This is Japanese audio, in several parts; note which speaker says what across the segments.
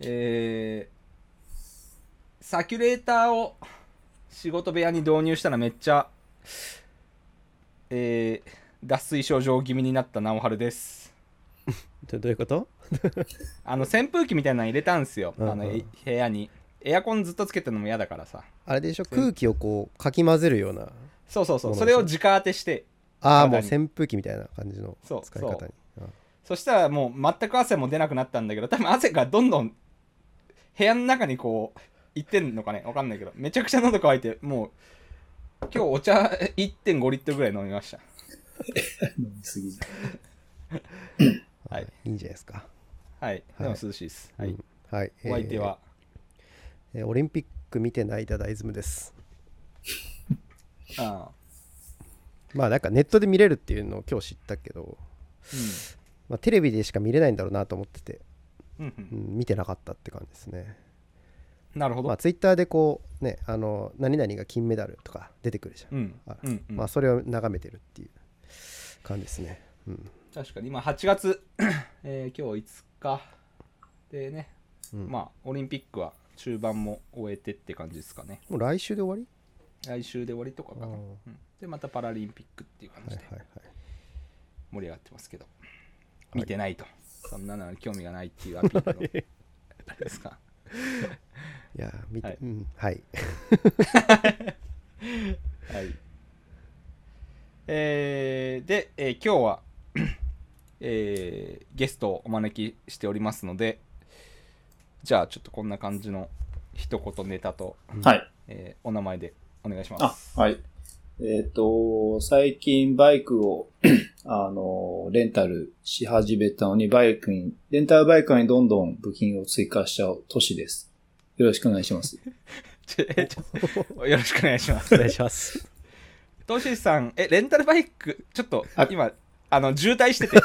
Speaker 1: えーサキュレーターを仕事部屋に導入したらめっちゃ、えー脱水症状気味になった直春です。
Speaker 2: どどういうこと
Speaker 1: あの扇風機みたいなの入れたんすよ、
Speaker 2: うんうん
Speaker 1: あのえ部屋にエアコンずっとつけてるのも嫌だからさ
Speaker 2: あれでしょ空気をこうかき混ぜるような
Speaker 1: そうそうそう
Speaker 2: そ
Speaker 1: そう
Speaker 2: な
Speaker 1: れ
Speaker 2: ん
Speaker 1: を
Speaker 2: で
Speaker 1: 直当てして
Speaker 2: ああ
Speaker 1: 体
Speaker 2: もう
Speaker 1: に
Speaker 2: 扇風機みたいな感じの
Speaker 1: そう
Speaker 2: 使い方にあ
Speaker 1: そしたらもう全く汗も出なくなったんだけど多分汗がどんどん部屋の中にこう行ってんのかねわかんないけどめちゃくちゃ喉乾いてもう今日お茶1.5リットルぐらい飲みました
Speaker 3: 飲みすぎじゃ
Speaker 1: は
Speaker 3: ん。
Speaker 1: い
Speaker 2: あいいんじゃないですか
Speaker 1: はいで
Speaker 2: はい
Speaker 1: も涼しいです、は
Speaker 2: う
Speaker 1: い
Speaker 2: んはい
Speaker 1: お相手は、
Speaker 2: えーえーオリンピック見てないダダイズムです
Speaker 1: ああ
Speaker 2: まあなんかネットで見れるっていうのを今日知ったけど、まあ、テレビでしか見れないんだろうなと思ってて、
Speaker 1: うん、うんう
Speaker 2: うんん見てなかったって感じですね
Speaker 1: なるほど、
Speaker 2: まあツイッターでこうねあの何々が金メダルとか出てくるじゃん、
Speaker 1: うん
Speaker 2: あ
Speaker 1: うんうん
Speaker 2: まあそれを眺めてるっていう感じですね、うん
Speaker 1: 確かに今8月、 えー今日5日でね、
Speaker 2: うん
Speaker 1: まあオリンピックは中盤も終えてって感じですかね
Speaker 2: もう来週で終わり
Speaker 1: 来週で終わりとかかな、
Speaker 2: あー
Speaker 1: うんでまたパラリンピックっていう感
Speaker 2: は
Speaker 1: じ
Speaker 2: い
Speaker 1: で
Speaker 2: はいはい
Speaker 1: 盛り上がってますけど、見てないとそんなのに興味がないっていうアピールのあれですか
Speaker 2: いやー見て、
Speaker 1: はい
Speaker 2: うんはい
Speaker 1: はいえーで、えー今日は、 えーゲストをお招きしておりますのでじゃあちょっとこんな感じの一言ネタと、
Speaker 3: はい。
Speaker 1: えーお名前でお願いします
Speaker 3: あ、はい。えっ、と、最近バイクを、 あの、レンタルし始めたのに、バイクに、レンタルバイクにどんどん部品を追加しちゃう都市です。よろしくお願い します。
Speaker 1: ちょえちょよろしくお願いし ます
Speaker 2: お願いし ます
Speaker 1: トシさん、え、レンタルバイク、ちょっと
Speaker 3: あ
Speaker 1: 今、あの、渋滞 してて、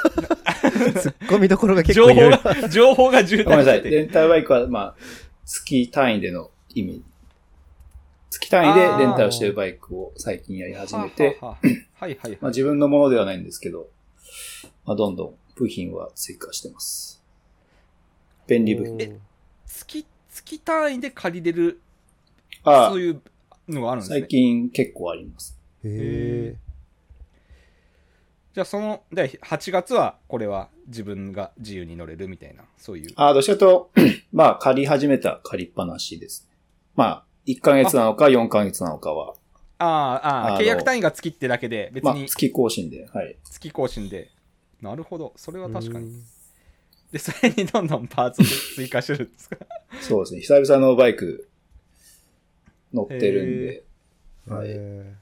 Speaker 2: ゴミどころが結
Speaker 1: 情報
Speaker 2: 構いろいろ
Speaker 1: が、情報が渋
Speaker 3: ごめん
Speaker 1: 滞
Speaker 3: なさ
Speaker 1: し
Speaker 3: い。
Speaker 1: てて、
Speaker 3: レンタルバイクは、まあ、月単位での意味。月単位でレンタルしてるバイクを最近やり始めて、
Speaker 1: ははははいはい
Speaker 3: まあ
Speaker 1: はい。
Speaker 3: 自分のものではないんですけど、まあどんどん部品は追加してます。便利部品。
Speaker 1: え月、月単位で借りれる、
Speaker 3: ああ
Speaker 1: そういうのがあるんですね
Speaker 3: 最。近結構あります。
Speaker 2: へ
Speaker 1: じゃあ、その、で、8月は、これは自分が自由に乗れるみたいな、そういう。
Speaker 3: ああ、どっちらかというと、 まあ借り始めた借りっぱなしですね。まあ、1ヶ月なのか4ヶ月なのかは、
Speaker 1: ああ、あ
Speaker 3: あ
Speaker 1: あ、
Speaker 3: の
Speaker 1: 契約単位が月ってだけで、別
Speaker 3: まあ
Speaker 1: に
Speaker 3: 月更新で、はい。
Speaker 1: 月更新で。なるほど、それ
Speaker 2: え
Speaker 1: は確かに。で、それにどんどんパーツを追加してるんですか。
Speaker 3: そうですね。久々のバイク乗ってるんで、はい
Speaker 2: へ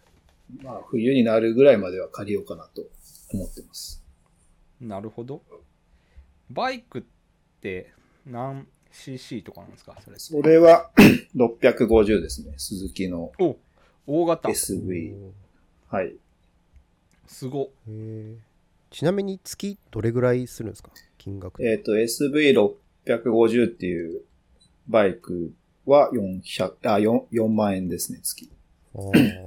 Speaker 3: まあ冬になるぐらいまでは借りようかなと思ってます。
Speaker 1: なるほど。バイクって何 cc とかなんですかそれ。
Speaker 3: それ は650ですね。鈴木の
Speaker 1: お大型。
Speaker 2: ー
Speaker 3: SV。はい。
Speaker 1: すご。
Speaker 2: へえちなみに月どれぐらいするんですか金額
Speaker 3: えっ、と、SV650 っていうバイクは400、あ、4, 4万円ですね、月。
Speaker 2: あー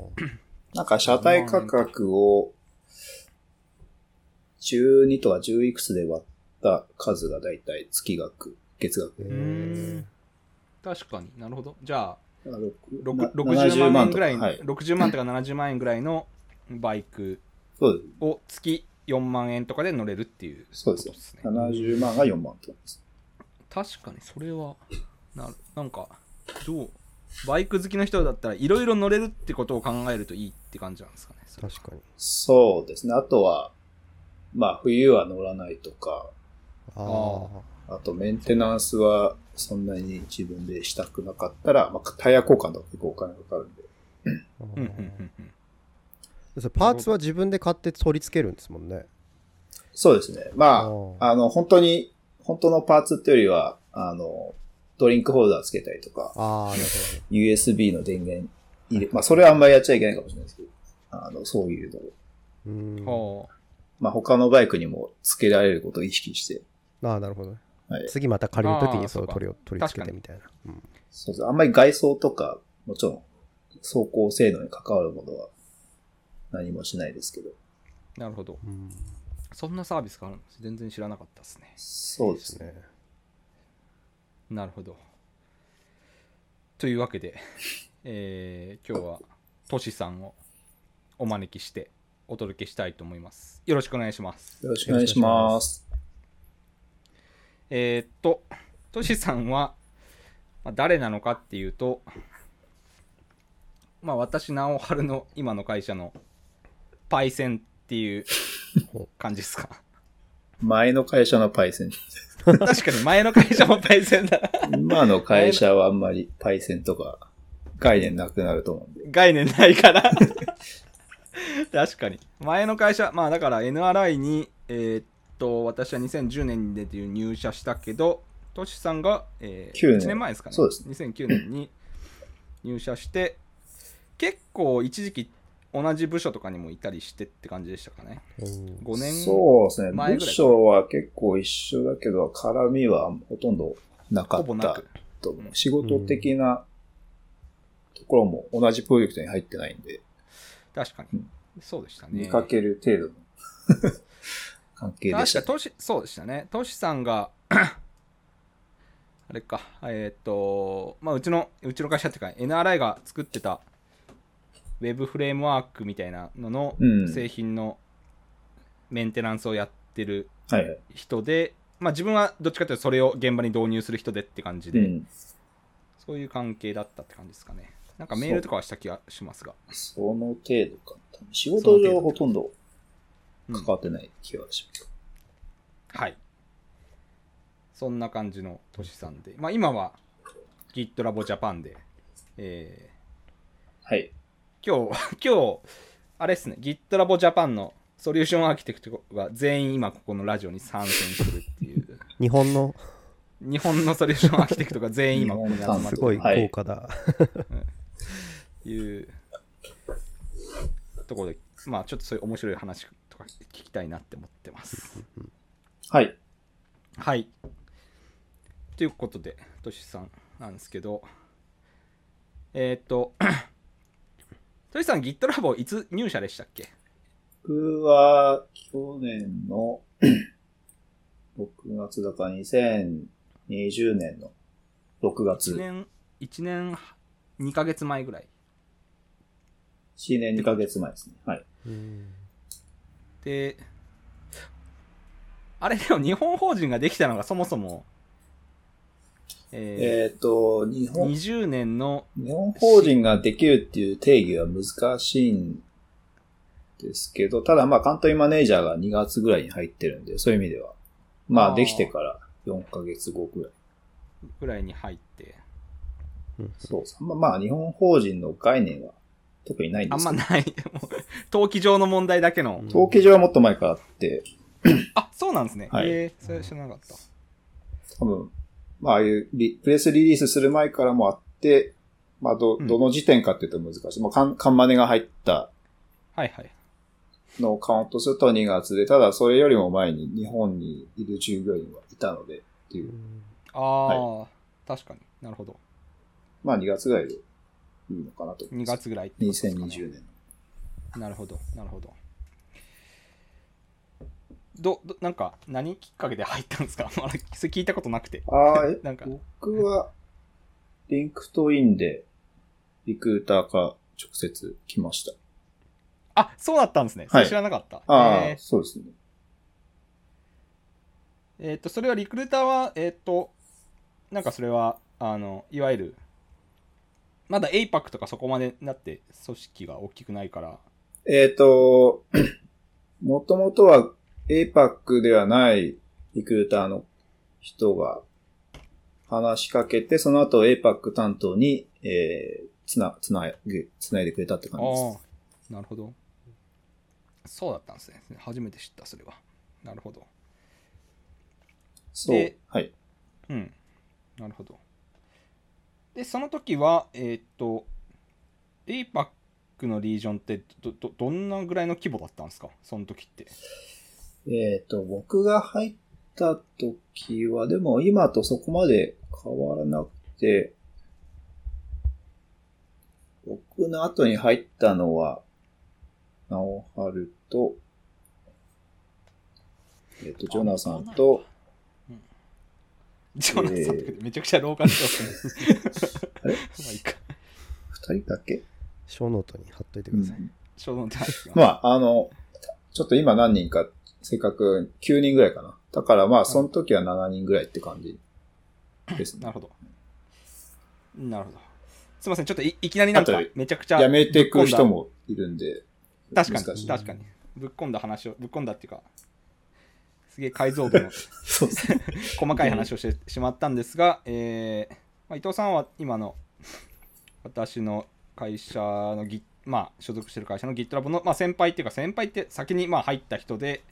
Speaker 3: なんか車体価格を12とか10いくつで割った数がだいたい月額、月額。
Speaker 2: へ
Speaker 1: うー
Speaker 2: え
Speaker 1: ん確かになるほど。じゃあ、
Speaker 3: だから
Speaker 1: ろ
Speaker 3: ろ
Speaker 1: く
Speaker 3: く
Speaker 1: 60万円ぐらい、
Speaker 3: とかはい。
Speaker 1: 60万とか70万円ぐらいのバイク
Speaker 3: そうで
Speaker 1: を月4万円とかで乗れるっていう
Speaker 3: す。そう
Speaker 1: こと
Speaker 3: で。
Speaker 1: ですすね。
Speaker 3: 70万が4万とかです。
Speaker 1: 確かにそれはなるなんかどうバイク好きの人だったらいろいろ乗れるってことを考えるといいって感じなんですかね。それ
Speaker 2: 確かに
Speaker 3: そうですね。あとは、まあ冬は乗らないとか、
Speaker 2: あ
Speaker 1: あ
Speaker 2: あ
Speaker 3: あと、メンテナンスはそんなに自分でしたくなかったら、まあ、タイヤ交換とか結構お金かかるんで。
Speaker 2: あ
Speaker 1: うんうん
Speaker 2: ー
Speaker 1: うんうん
Speaker 2: それパーツは自分で買って取り付けるんですもんね
Speaker 3: そうですね。ま
Speaker 2: ー
Speaker 3: あ、あの、本当に、本当のパーツってよりは、あの、ドリンクホルダーつけたりとか、
Speaker 2: あーなる
Speaker 3: USB の電源入れ、まあ、それはあんまりやっちゃいけないかもしれないですけど、あの、そういうのを。
Speaker 2: ほどうん
Speaker 1: はあ
Speaker 3: まあ、他のバイクにも付けられることを意識して、
Speaker 2: ああなるほど、
Speaker 3: はい
Speaker 2: 次また借りるとき
Speaker 1: あー
Speaker 2: にそ
Speaker 1: そううか
Speaker 2: 取りを取り付けてみたいな、うん
Speaker 3: そうですあんまり外装とか、もちろん、走行性能に関わるものは何もしないですけど、
Speaker 1: なるほど。
Speaker 2: うん
Speaker 1: そんなサービスがあるんです全然知らなかったですね。
Speaker 3: そう
Speaker 2: で
Speaker 3: です
Speaker 2: す
Speaker 3: ね。
Speaker 2: ね
Speaker 1: なるほど。というわけで、 えー今日はトシさんをお招きしてお届けしたいと思います。よろしくお願いします。
Speaker 3: よろしくお願いします。
Speaker 1: えーっと、トシさんは、まあ、誰なのかっていうと、まあ、私、直春の今の会社のパイセンっていう感じですか。
Speaker 3: 前の会社のパイセン。
Speaker 1: 確かに前の会社もパイセンだ。
Speaker 3: 今の会社はあんまりパイセンとか概念なくなると思うんで。
Speaker 1: 概念ないから確かに前の会社まあだから NRI にえーっと私は2010年で入社したけどトシさんが、えー
Speaker 3: 9年
Speaker 1: 1年前ですかね
Speaker 3: そうです
Speaker 1: 2009年に入社して結構一時期同じ部署とかにもいたりしてって感じでしたかね
Speaker 2: うん
Speaker 1: 5年
Speaker 3: そうですね。
Speaker 1: 前ぐらい
Speaker 3: 部署は結構一緒だけど、絡みはほとんどなか
Speaker 1: ほ
Speaker 3: っ
Speaker 1: ぼな
Speaker 3: た
Speaker 1: く
Speaker 3: と思う。仕事的なところも同じプロジェクトに入ってないんで、
Speaker 1: 確か
Speaker 3: う
Speaker 1: に
Speaker 3: ん
Speaker 1: そうでしたね
Speaker 3: 見かける程度の 関係で
Speaker 1: 確
Speaker 3: し
Speaker 1: か
Speaker 3: た。
Speaker 1: トシそうでしたねトシさんが あれかえーっ、とまあうちのうちの会社っていうか NRI が作ってたウェブフレームワークみたいなのの
Speaker 3: うん
Speaker 1: 製品のメンテナンスをやってる
Speaker 3: はいはい。
Speaker 1: 人で、まあ自分はどっちかというとそれを現場に導入する人でって感じ
Speaker 3: う
Speaker 1: で、
Speaker 3: ん。
Speaker 1: そういう関係だったって感じですかねなんかメールとかはした気がしますが
Speaker 3: その程度か。仕事上はほとんど関わってない気がします。
Speaker 1: はい。そんな感じのトシさんで、まあ、今は GitLab Japan で、え
Speaker 3: はい。
Speaker 1: ー今日、 今日、あれですね、GitLab Japan のソリューションアーキテクトが全員今ここのラジオに参戦するっていう、
Speaker 2: 日本の
Speaker 1: 日本のソリューションアーキテクトが全員今ここに集まって
Speaker 2: す
Speaker 1: る
Speaker 2: ごい効果だ、
Speaker 1: っていうところで、まあちょっとそういう面白い話とか聞きたいなって思ってます。
Speaker 3: はい。
Speaker 1: はい。ということで、としさんなんですけど、えーっと、 としさん、GitLab いつ入社でしたっけ
Speaker 3: 僕は、去年の 6月だから2020年の6
Speaker 1: ?1
Speaker 3: 月、
Speaker 1: 年、1年2ヶ月前ぐらい。
Speaker 3: 1年2ヶ月前ですね。はい。
Speaker 2: うん
Speaker 1: で、あれでも日本法人ができたのがそもそも、えー
Speaker 3: えっ、と、日本、
Speaker 1: 20年の、
Speaker 3: 日本法人ができるっていう定義は難しいんですけど、ただまあ、カントリーマネージャーが2月ぐらいに入ってるんで、そういう意味では。ま
Speaker 1: あ
Speaker 3: あ、
Speaker 1: ー
Speaker 3: できてから4ヶ月後ぐらい。
Speaker 1: ぐらいに入って、
Speaker 2: うん
Speaker 3: そうです。まあ、まあ、日本法人の概念は特にないん
Speaker 1: あ
Speaker 3: で
Speaker 1: ん
Speaker 3: すけ
Speaker 1: ま
Speaker 3: ど、
Speaker 1: ない。 もう登記上の問題だけの。
Speaker 2: うん
Speaker 3: 統計上はもっと前からあって、
Speaker 1: あ、そうなんですね。
Speaker 3: はい
Speaker 1: えーそれ知らなかった。
Speaker 3: 多分、まあ、ああいうリプレスリリースする前からもあって、まあ、ど、
Speaker 1: うん
Speaker 3: どの時点かっていうと難しい。まあ、カン、カンマネが入った
Speaker 1: はいはい。
Speaker 3: のをカウントすると2月で、ただそれよりも前に日本にいる従業員はいたので、っていうう。
Speaker 2: ん
Speaker 1: ああ、確かになるほど
Speaker 3: まあ、2月ぐらいでいいのかなと思
Speaker 1: 2
Speaker 3: います。
Speaker 1: 月ぐらいってことですかね
Speaker 3: 2020年。
Speaker 1: なるほどなるほどどどなんか何きっかけで入ったんですか まだそれ聞いたことなくて
Speaker 3: ああ、え
Speaker 1: なんか
Speaker 3: 僕は、リンクトインで、リクルーターから直接来ました。
Speaker 1: あそうだったんですねそ
Speaker 3: はい
Speaker 1: れ知らなかった、
Speaker 3: ああ、
Speaker 1: えー
Speaker 3: そうですね。
Speaker 1: えーとそれはリクルーターはえっ、となんかそれはあのいわゆるまだ APAC とかそこまでなって組織が大きくないから
Speaker 3: えっ、と、 もともとは APAC ではないリクルーターの人が話しかけて、その後 APAC 担当に、えーつな、つなぐ、つないでくれたって
Speaker 1: あ
Speaker 3: 感じです。
Speaker 1: あなるほどそうだったんですね初めて知ったそれはなるほど
Speaker 3: そう
Speaker 1: で。
Speaker 3: はい。
Speaker 1: うん。なるほど。で、その時は、えーっと、APAC のリージョンってど、ど、どんなぐらいの規模だったんですかその時って。
Speaker 3: えっ、と、僕が入った時は、でも今とそこまで変わらなくて、僕の後に入ったのは、直春と、えっ、と、ジョナさんと
Speaker 1: うん、ジョナサンとかめちゃくちゃローカル情報。
Speaker 3: あれ
Speaker 1: まあいいか。
Speaker 3: 二人だっけ、
Speaker 2: 小ノートに貼っといてください。
Speaker 1: 小論って話が
Speaker 3: まあ、あの、ちょっと今何人か、せっかく9人ぐらいかな。だからまあ、その時は7人ぐらいって感じです
Speaker 1: な
Speaker 3: ね
Speaker 1: る。ほど。なるほど。すみません、ちょっといいきなりなんか
Speaker 3: 後で
Speaker 1: めちゃくちゃ
Speaker 3: やめていく人
Speaker 1: も
Speaker 3: もいるんで。
Speaker 1: 確か
Speaker 3: 難し
Speaker 1: に、
Speaker 3: い
Speaker 1: 確かに。ぶっ込んだ話を、ぶっ込んだっていうか、すげえ解像度の
Speaker 3: そうですね。
Speaker 1: 細かい話をしてしまったんですが、えーまあ、伊藤さんは今の 私の会社のギ、まあ、所属してる会社の GitLab の、まあ、先輩っていうか、先輩って先にまあ入った人で、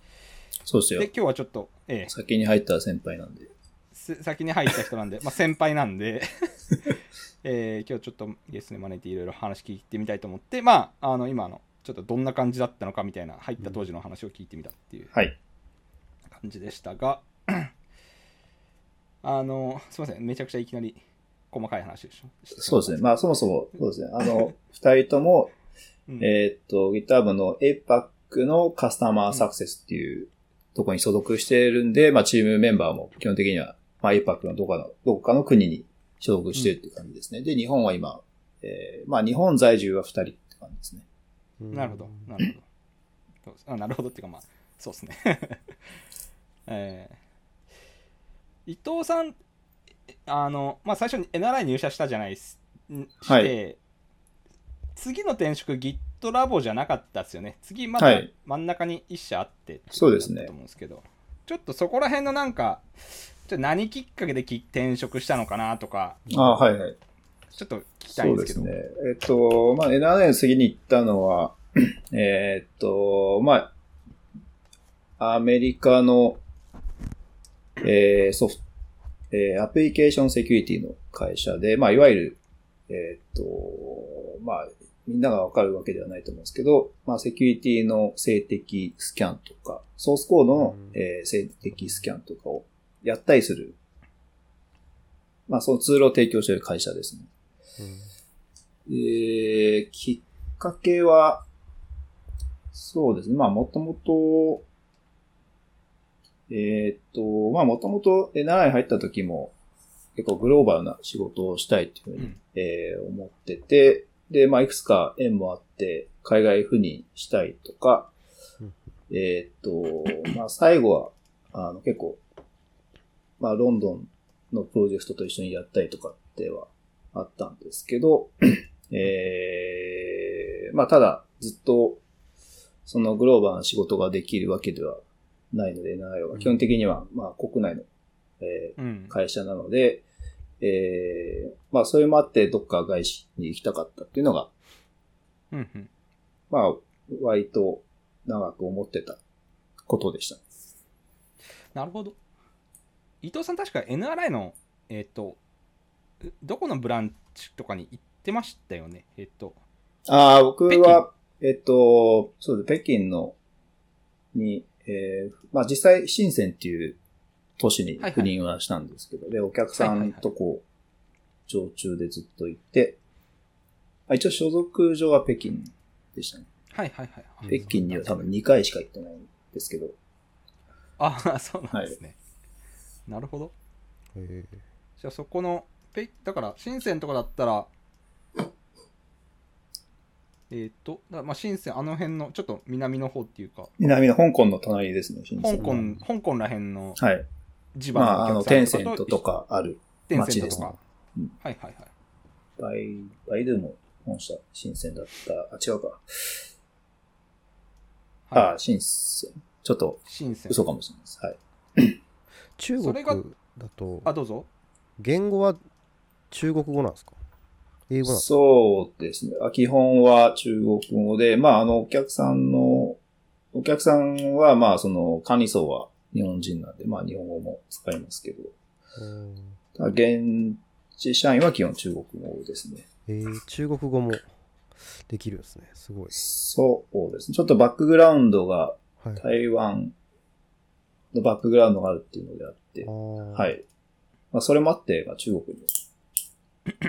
Speaker 3: そうです
Speaker 1: で
Speaker 3: よ
Speaker 1: 今。日はちょっと、えー
Speaker 3: 先に入った先輩なんで。
Speaker 1: す先に入った人なんで、まあ、先輩なん で、えー今日ちょっとゲストに招いていろいろ話聞いてみたいと思って、まあ、あの今のちょっとどんな感じだったのかみたいな入った当時の話を聞いてみたっていう
Speaker 3: はい。
Speaker 1: 感じでしたがあのすいませんめちゃくちゃいきなり細かい話でしょ
Speaker 3: そうですね。まあ、そもそも、そうですね。あの、二人とも、
Speaker 1: うん
Speaker 3: えーっと、GitHub の APAC のカスタマーサクセスっていうとこに所属してるんで、まあ、チームメンバーも基本的には、まあ、APAC のどこかの、どこかの国に所属してるっていう感じですね。で、日本は今、えーまあ、日本在住は二人って感じですね。
Speaker 2: うん
Speaker 1: なるほどなるほどそうですあなるほどっていうかまあそうですね えー伊藤さんあのまあ最初に NRI 入社したじゃないですんして、
Speaker 3: は
Speaker 1: 次の転職 GitLab じゃなかったですよね次ま
Speaker 3: は
Speaker 1: だ
Speaker 3: い
Speaker 1: 真ん中に1社あってって
Speaker 3: そうです
Speaker 1: だ
Speaker 3: ね
Speaker 1: ったと思うんですけどちょっとそこら辺のなんかちょっと何きっかけでき転職したのかなとか
Speaker 3: ああ、はいはい。
Speaker 1: ちょっと聞きたい
Speaker 3: そ
Speaker 1: ん
Speaker 3: う
Speaker 1: で
Speaker 3: ですす
Speaker 1: けど
Speaker 3: ね。えっと、まあ、7年過ぎに行ったのは、 えっと、まあ、アメリカの、えーソフト、えーアプリケーションセキュリティの会社で、まあ、いわゆる、えっと、まあ、みんながわかるわけではないと思うんですけど、まあ、セキュリティの静的スキャンとか、ソースコードの、
Speaker 2: うん
Speaker 3: えー静的スキャンとかをやったりする、まあ、そのツールを提供している会社ですね。えーきっかけは、そうですね。まあ、もともと、えーっと、まあ、もともと NI 入った時も、結構グローバルな仕事をしたいっていうふうに、
Speaker 1: うん
Speaker 3: えー思ってて、で、まあ、いくつか縁もあって、海外赴任したいとか
Speaker 2: うん、
Speaker 3: えーっと、まあ、最後は、あの、結構、まあ、ロンドンのプロジェクトと一緒にやったりとかってはあったんですけど、 えーまあ、ただ、ずっと、そのグローバルな仕事ができるわけではないので、内容は基本的には、まあ、国内の、え
Speaker 1: うん
Speaker 3: ー会社なので、えーまあ、それもあって、どっか外資に行きたかったっていうのが、
Speaker 1: うんうん
Speaker 3: まあ、割と長く思ってたことでした。
Speaker 1: なるほど。伊藤さん、確か NRI の、えっ、と、うどこのブランチとかに行ってましたよね。えっ、と、
Speaker 3: ああ、僕は、えっと、そうです、北京の、に、えー、まあ実際、深センっていう都市に
Speaker 1: はいはい
Speaker 3: 赴任はしたんですけど、で、お客さんとこう、常駐でずっと行って、あ一応所属上は北京でしたね。
Speaker 1: はいはいはい。
Speaker 3: 北京には多分2回しか行ってないんですけど、
Speaker 1: ああ、そうなんですね。なるほど。
Speaker 2: え
Speaker 1: じゃあ、そこの、ペだから、深センとかだったら、えっ、と、だまあ、深セン、あの辺の、ちょっと南の方っていうか、
Speaker 3: 南の香港の隣ですね、深
Speaker 1: 香
Speaker 3: セン
Speaker 1: 港、香港ら辺の
Speaker 3: はい。
Speaker 1: 地
Speaker 3: ま
Speaker 1: 場
Speaker 3: あ、あ
Speaker 1: の
Speaker 3: の、
Speaker 1: お
Speaker 3: テン
Speaker 1: 客
Speaker 3: セ
Speaker 1: さん
Speaker 3: ントと、かある。
Speaker 1: テンセント
Speaker 3: 街で
Speaker 1: と
Speaker 3: す
Speaker 1: か
Speaker 3: ね。うん
Speaker 1: はいはいはい。
Speaker 3: バイ、バイドゥも本社、深センだった。あ、違うか。
Speaker 1: はい、
Speaker 3: ああ、深セン。ちょっと、
Speaker 1: 深セン。
Speaker 3: 嘘かもしれないです。はい。
Speaker 2: ー中
Speaker 1: そ
Speaker 2: 国
Speaker 1: れが
Speaker 2: だと
Speaker 1: あ、どうぞ。
Speaker 2: 言語は中国語なんですか英語なんですか
Speaker 3: そうですね。あ基本は中国語で、まあ、あの、お客さんの、お客さんは、まあ、その、管理層は日本人なんで、まあ、日本語も使いますけど、
Speaker 2: うん
Speaker 3: ただ現地社員は基本中国語ですね。
Speaker 2: えー中国語もできるんですねすごい、
Speaker 3: そうですね。ちょっとバックグラウンドが、
Speaker 2: はい
Speaker 3: 台湾のバックグラウンドがあるっていうのであって
Speaker 2: あ、ー
Speaker 3: はい。まあ、それもあって、まあ中国に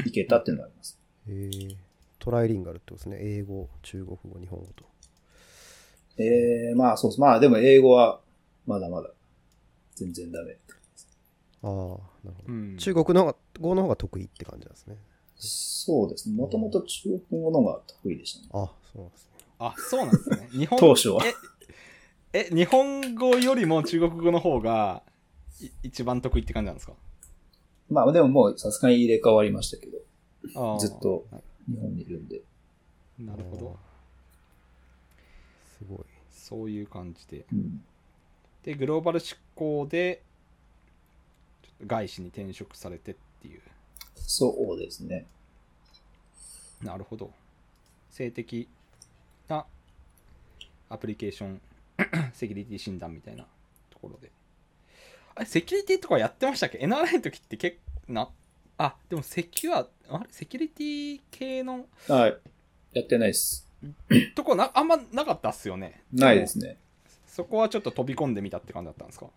Speaker 3: 行けたっていうのがあります。
Speaker 2: えートライリンガルってことですね英語中国語日本語と
Speaker 3: ええまあそうです。まあでも英語はまだまだ全然ダメ。
Speaker 2: ああ、なるほど。
Speaker 1: うん、
Speaker 2: 中国の方が語の方が得意って感じなんですね。
Speaker 3: そうですね。もともと中国語の方が得意でしたね。
Speaker 2: あそうなんですね。
Speaker 1: あそうなんです ね。日本
Speaker 3: 当初は。
Speaker 1: ええ日本語よりも中国語の方がい一番得意って感じなんですか
Speaker 3: まあでももうさすがに入れ替わりましたけど、
Speaker 1: あー
Speaker 3: ずっと日本にいるんで。
Speaker 1: なるほど。
Speaker 2: すごい。
Speaker 1: そういう感じで。
Speaker 3: うん、
Speaker 1: で、グローバル志向で、ちょっと外資に転職されてっていう。
Speaker 3: そうですね。
Speaker 1: なるほど。性的なアプリケーション セキュリティ診断みたいなところで。あれ、セキュリティとかやってましたっけ ?NRI の時って結構な、あ、でもセキュア、あれセキュリティ系の
Speaker 3: はい。やってないです。
Speaker 1: とこな、あんまなかったっすよね。
Speaker 3: ないですね。
Speaker 1: そこはちょっと飛び込んでみたって感じだったんですか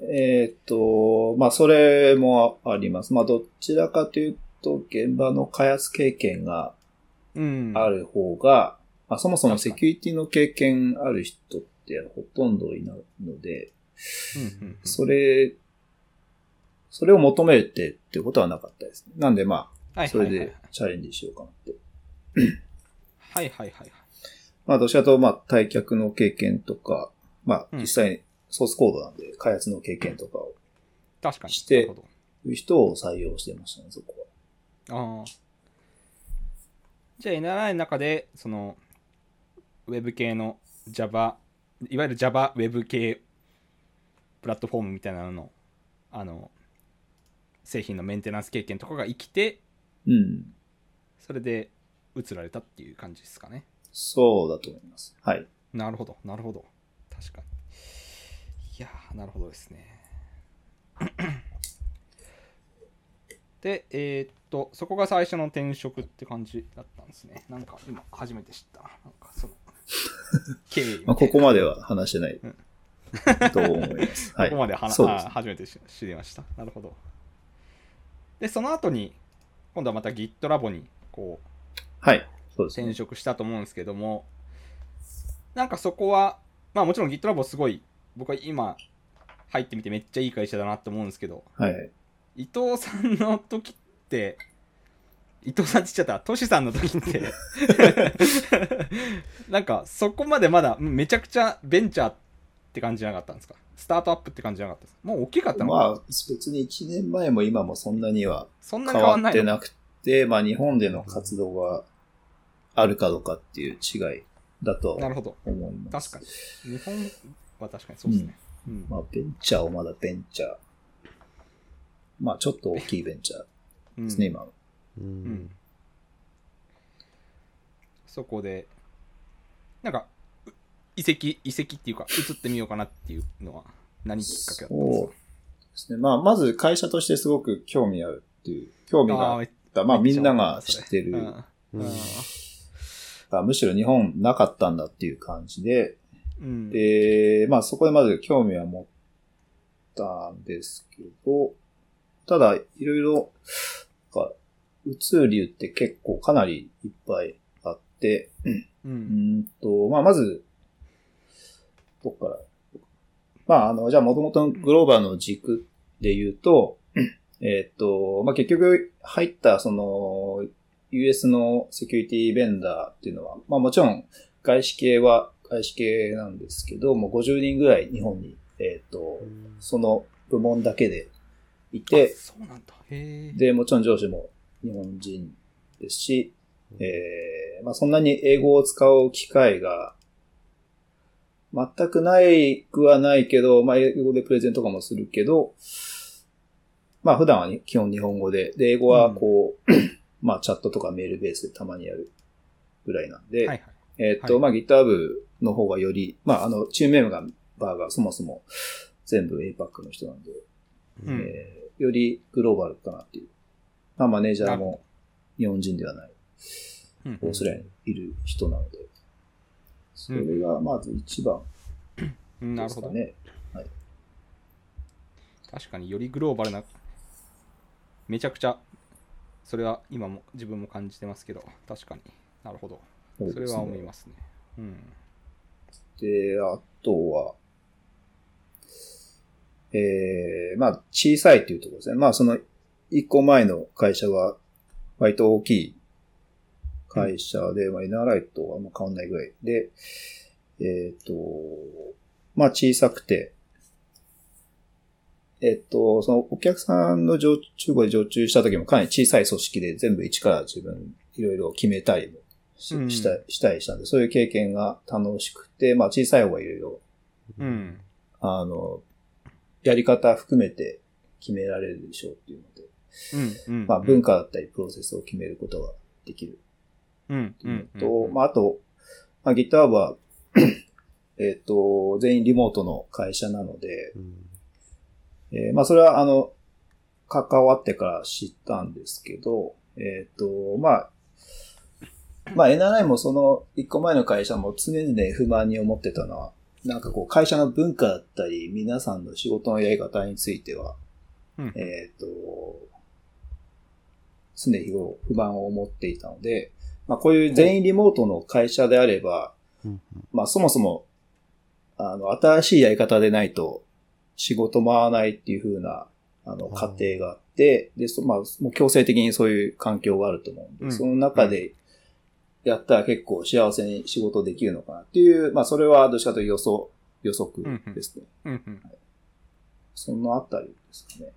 Speaker 3: えーっと、まあ、それもあります。まあ、どちらかというと、現場の開発経験が
Speaker 1: うん。
Speaker 3: ある方が、まあ、そもそもセキュリティの経験ある人ってほとんどいないので、
Speaker 1: うんうんうん
Speaker 3: それ、それを求めてってことはなかったですね。なんでま
Speaker 1: は
Speaker 3: あ、
Speaker 1: い
Speaker 3: そ
Speaker 1: は
Speaker 3: れ
Speaker 1: いはいはい
Speaker 3: でチャレンジしようかなって。
Speaker 1: はいはいはいはい。
Speaker 3: まあ、どちらかというとまあ、退却の経験とか、まあ、
Speaker 1: うん
Speaker 3: 実際ソースコードなんで開発の経験とかを、
Speaker 1: 確かに。
Speaker 3: して
Speaker 1: なるほど
Speaker 3: いう人を採用してましたね、そこは。
Speaker 1: ああ。じゃあ NRI の中で、その、ウェブ系の Java、いわゆる Java ウェブ系プラットフォームみたいなのの、あの、製品のメンテナンス経験とかが生きて、
Speaker 3: うん。
Speaker 1: それで移られたっていう感じですかね。
Speaker 3: そうだと思います。はい。
Speaker 1: なるほど、なるほど。確かに。いやー、なるほどですね。 で、えーっと、そこが最初の転職って感じだったんですね。なんか今、初めて知ったな。なんか その、経緯みたいな
Speaker 3: まあ、ここまでは話してな
Speaker 1: うん
Speaker 3: いと思います。 はい。
Speaker 1: ここまで話、
Speaker 3: そうです
Speaker 1: あ初めて知知りました。なるほど。で、その後に、今度はまた GitLab に、こう、
Speaker 3: はい。そうですね
Speaker 1: 転。職したと思うんですけども、なんかそこは、まあもちろん GitLab すごい、僕は今入ってみてめっちゃいい会社だなって思うんですけど、
Speaker 3: はい。
Speaker 1: 伊藤さんの時って、伊藤さんって言っちゃった、トシさんの時って、 なんかそこまでまだめちゃくちゃベンチャーって感じじゃなかったんですかスタートアップって感じじゃなかったですかもう大きかったのか、
Speaker 3: まあ、別に1年前も今もそんなには
Speaker 1: そんなに
Speaker 3: 変
Speaker 1: 変わん
Speaker 3: わ
Speaker 1: ない
Speaker 3: って
Speaker 1: の
Speaker 3: なくて、まあ、日本での活動があるかどうかっていう違いだと
Speaker 1: なるほど。
Speaker 3: 思います。
Speaker 1: 確かに。日本は確かにそうですね。うん
Speaker 3: まあ、ベンチャーをまだベンチャー。まあ、ちょっと大きいベンチャー
Speaker 1: うん
Speaker 3: ですね、今の。
Speaker 2: うん。
Speaker 1: うんそこでなんかう移籍移籍っていうか移ってみようかなっていうのは何きっかけだったんです
Speaker 3: そうですね。まあ、まず会社としてすごく興味あるっていう、興味
Speaker 1: か
Speaker 3: があ
Speaker 1: あ
Speaker 3: っ
Speaker 1: ー
Speaker 3: た。まあ、
Speaker 1: めっ
Speaker 3: み
Speaker 1: ちゃ
Speaker 3: んなが知ってる。
Speaker 1: うん
Speaker 2: うん
Speaker 1: うん
Speaker 3: あむしろ日本なかったんだっていう感じで、
Speaker 1: うん
Speaker 3: で、まあそこでまず興味は持ったんですけど、ただいろいろ、なんか、うつ流って結構かなりいっぱいあって、
Speaker 1: う
Speaker 3: うんんと、まあまず、どっから、まああの、じゃあ元々のグローバルの軸で言うと、えっと、まあ結局入ったその、US のセキュリティベンダーっていうのは、まあもちろん外資系は外資系なんですけど、もう50人ぐらい日本に、えっ、と
Speaker 2: う、ん
Speaker 3: その部門だけでい
Speaker 1: あ
Speaker 3: て、
Speaker 1: そうなんだへえ
Speaker 3: で、もちろん上司も日本人ですし、えーまあそんなに英語を使う機会が全くないくはないけど、まあ英語でプレゼントとかもするけど、まあ普段はに基本日本語で、で、英語はこう、 まあチャットとかメールベースでたまにやるぐらいなんで、
Speaker 1: はいはい
Speaker 3: えっと、
Speaker 1: はい
Speaker 3: まあ、GitHub の方がより、まあ、あの、チームメンバーがそもそも全部 APAC の人なんで、
Speaker 1: うん
Speaker 3: えーよりグローバルかなっていう。まあ、マネージャーも日本人ではない、
Speaker 1: うん
Speaker 3: オーストラリアにいる人なので、それがまず一番
Speaker 1: うんな
Speaker 3: で
Speaker 1: る
Speaker 3: す
Speaker 1: ほ
Speaker 3: か
Speaker 1: ど
Speaker 3: ね。
Speaker 1: 確かによりグローバルなめちゃくちゃそれは今も自分も感じてますけど確かになるほど
Speaker 3: そう
Speaker 1: そ
Speaker 3: で
Speaker 1: れ
Speaker 3: すね
Speaker 1: は思いますねうん
Speaker 3: で、あとは、えー、まあ、小さいっていうところですね。まあ、その、一個前の会社は、割と大きい会社で、まあ、NRI とあんま変わんないぐらいで、えっ、と、まあ、小さくて、えっ、と、その、お客さんの常中古で常駐した時もかなり小さい組織で全部一から自分、いろいろ決めたりもし
Speaker 1: うん
Speaker 3: したしたりしたんで、そういう経験が楽しくて、まあ、小さい方がいろいろ
Speaker 1: うん。
Speaker 3: あの、やり方含めて決められるでしょうっていうので、
Speaker 1: うん。うん。
Speaker 3: まあ文化だったりプロセスを決めることができる
Speaker 1: うん。
Speaker 3: って
Speaker 1: う
Speaker 3: い
Speaker 1: ん
Speaker 3: う。のと、まああと、まあ GitHub は、 えっと、全員リモートの会社なので、
Speaker 2: うん
Speaker 3: えーまあそれはあの、関わってから知ったんですけど、えっ、と、まあ、まあ NRI もその一個前の会社も常々不満に思ってたのは、なんかこう会社の文化だったり、皆さんの仕事のやり方については、
Speaker 1: うん
Speaker 3: えっ、と、常日頃不満を持っていたので、まあこういう全員リモートの会社であれば、
Speaker 2: うん
Speaker 3: まあそもそも、あの、新しいやり方でないと仕事回らないっていう風な、あの、
Speaker 2: うん
Speaker 3: 過程があって、で、そまあ、もう強制的にそういう環境があると思うんで、
Speaker 1: うん
Speaker 3: その中でやったら結構幸せに仕事できるのかなっていう、まあそれはどっちかというと予想、予測ですね。
Speaker 1: うん。
Speaker 3: そのあたりですかね。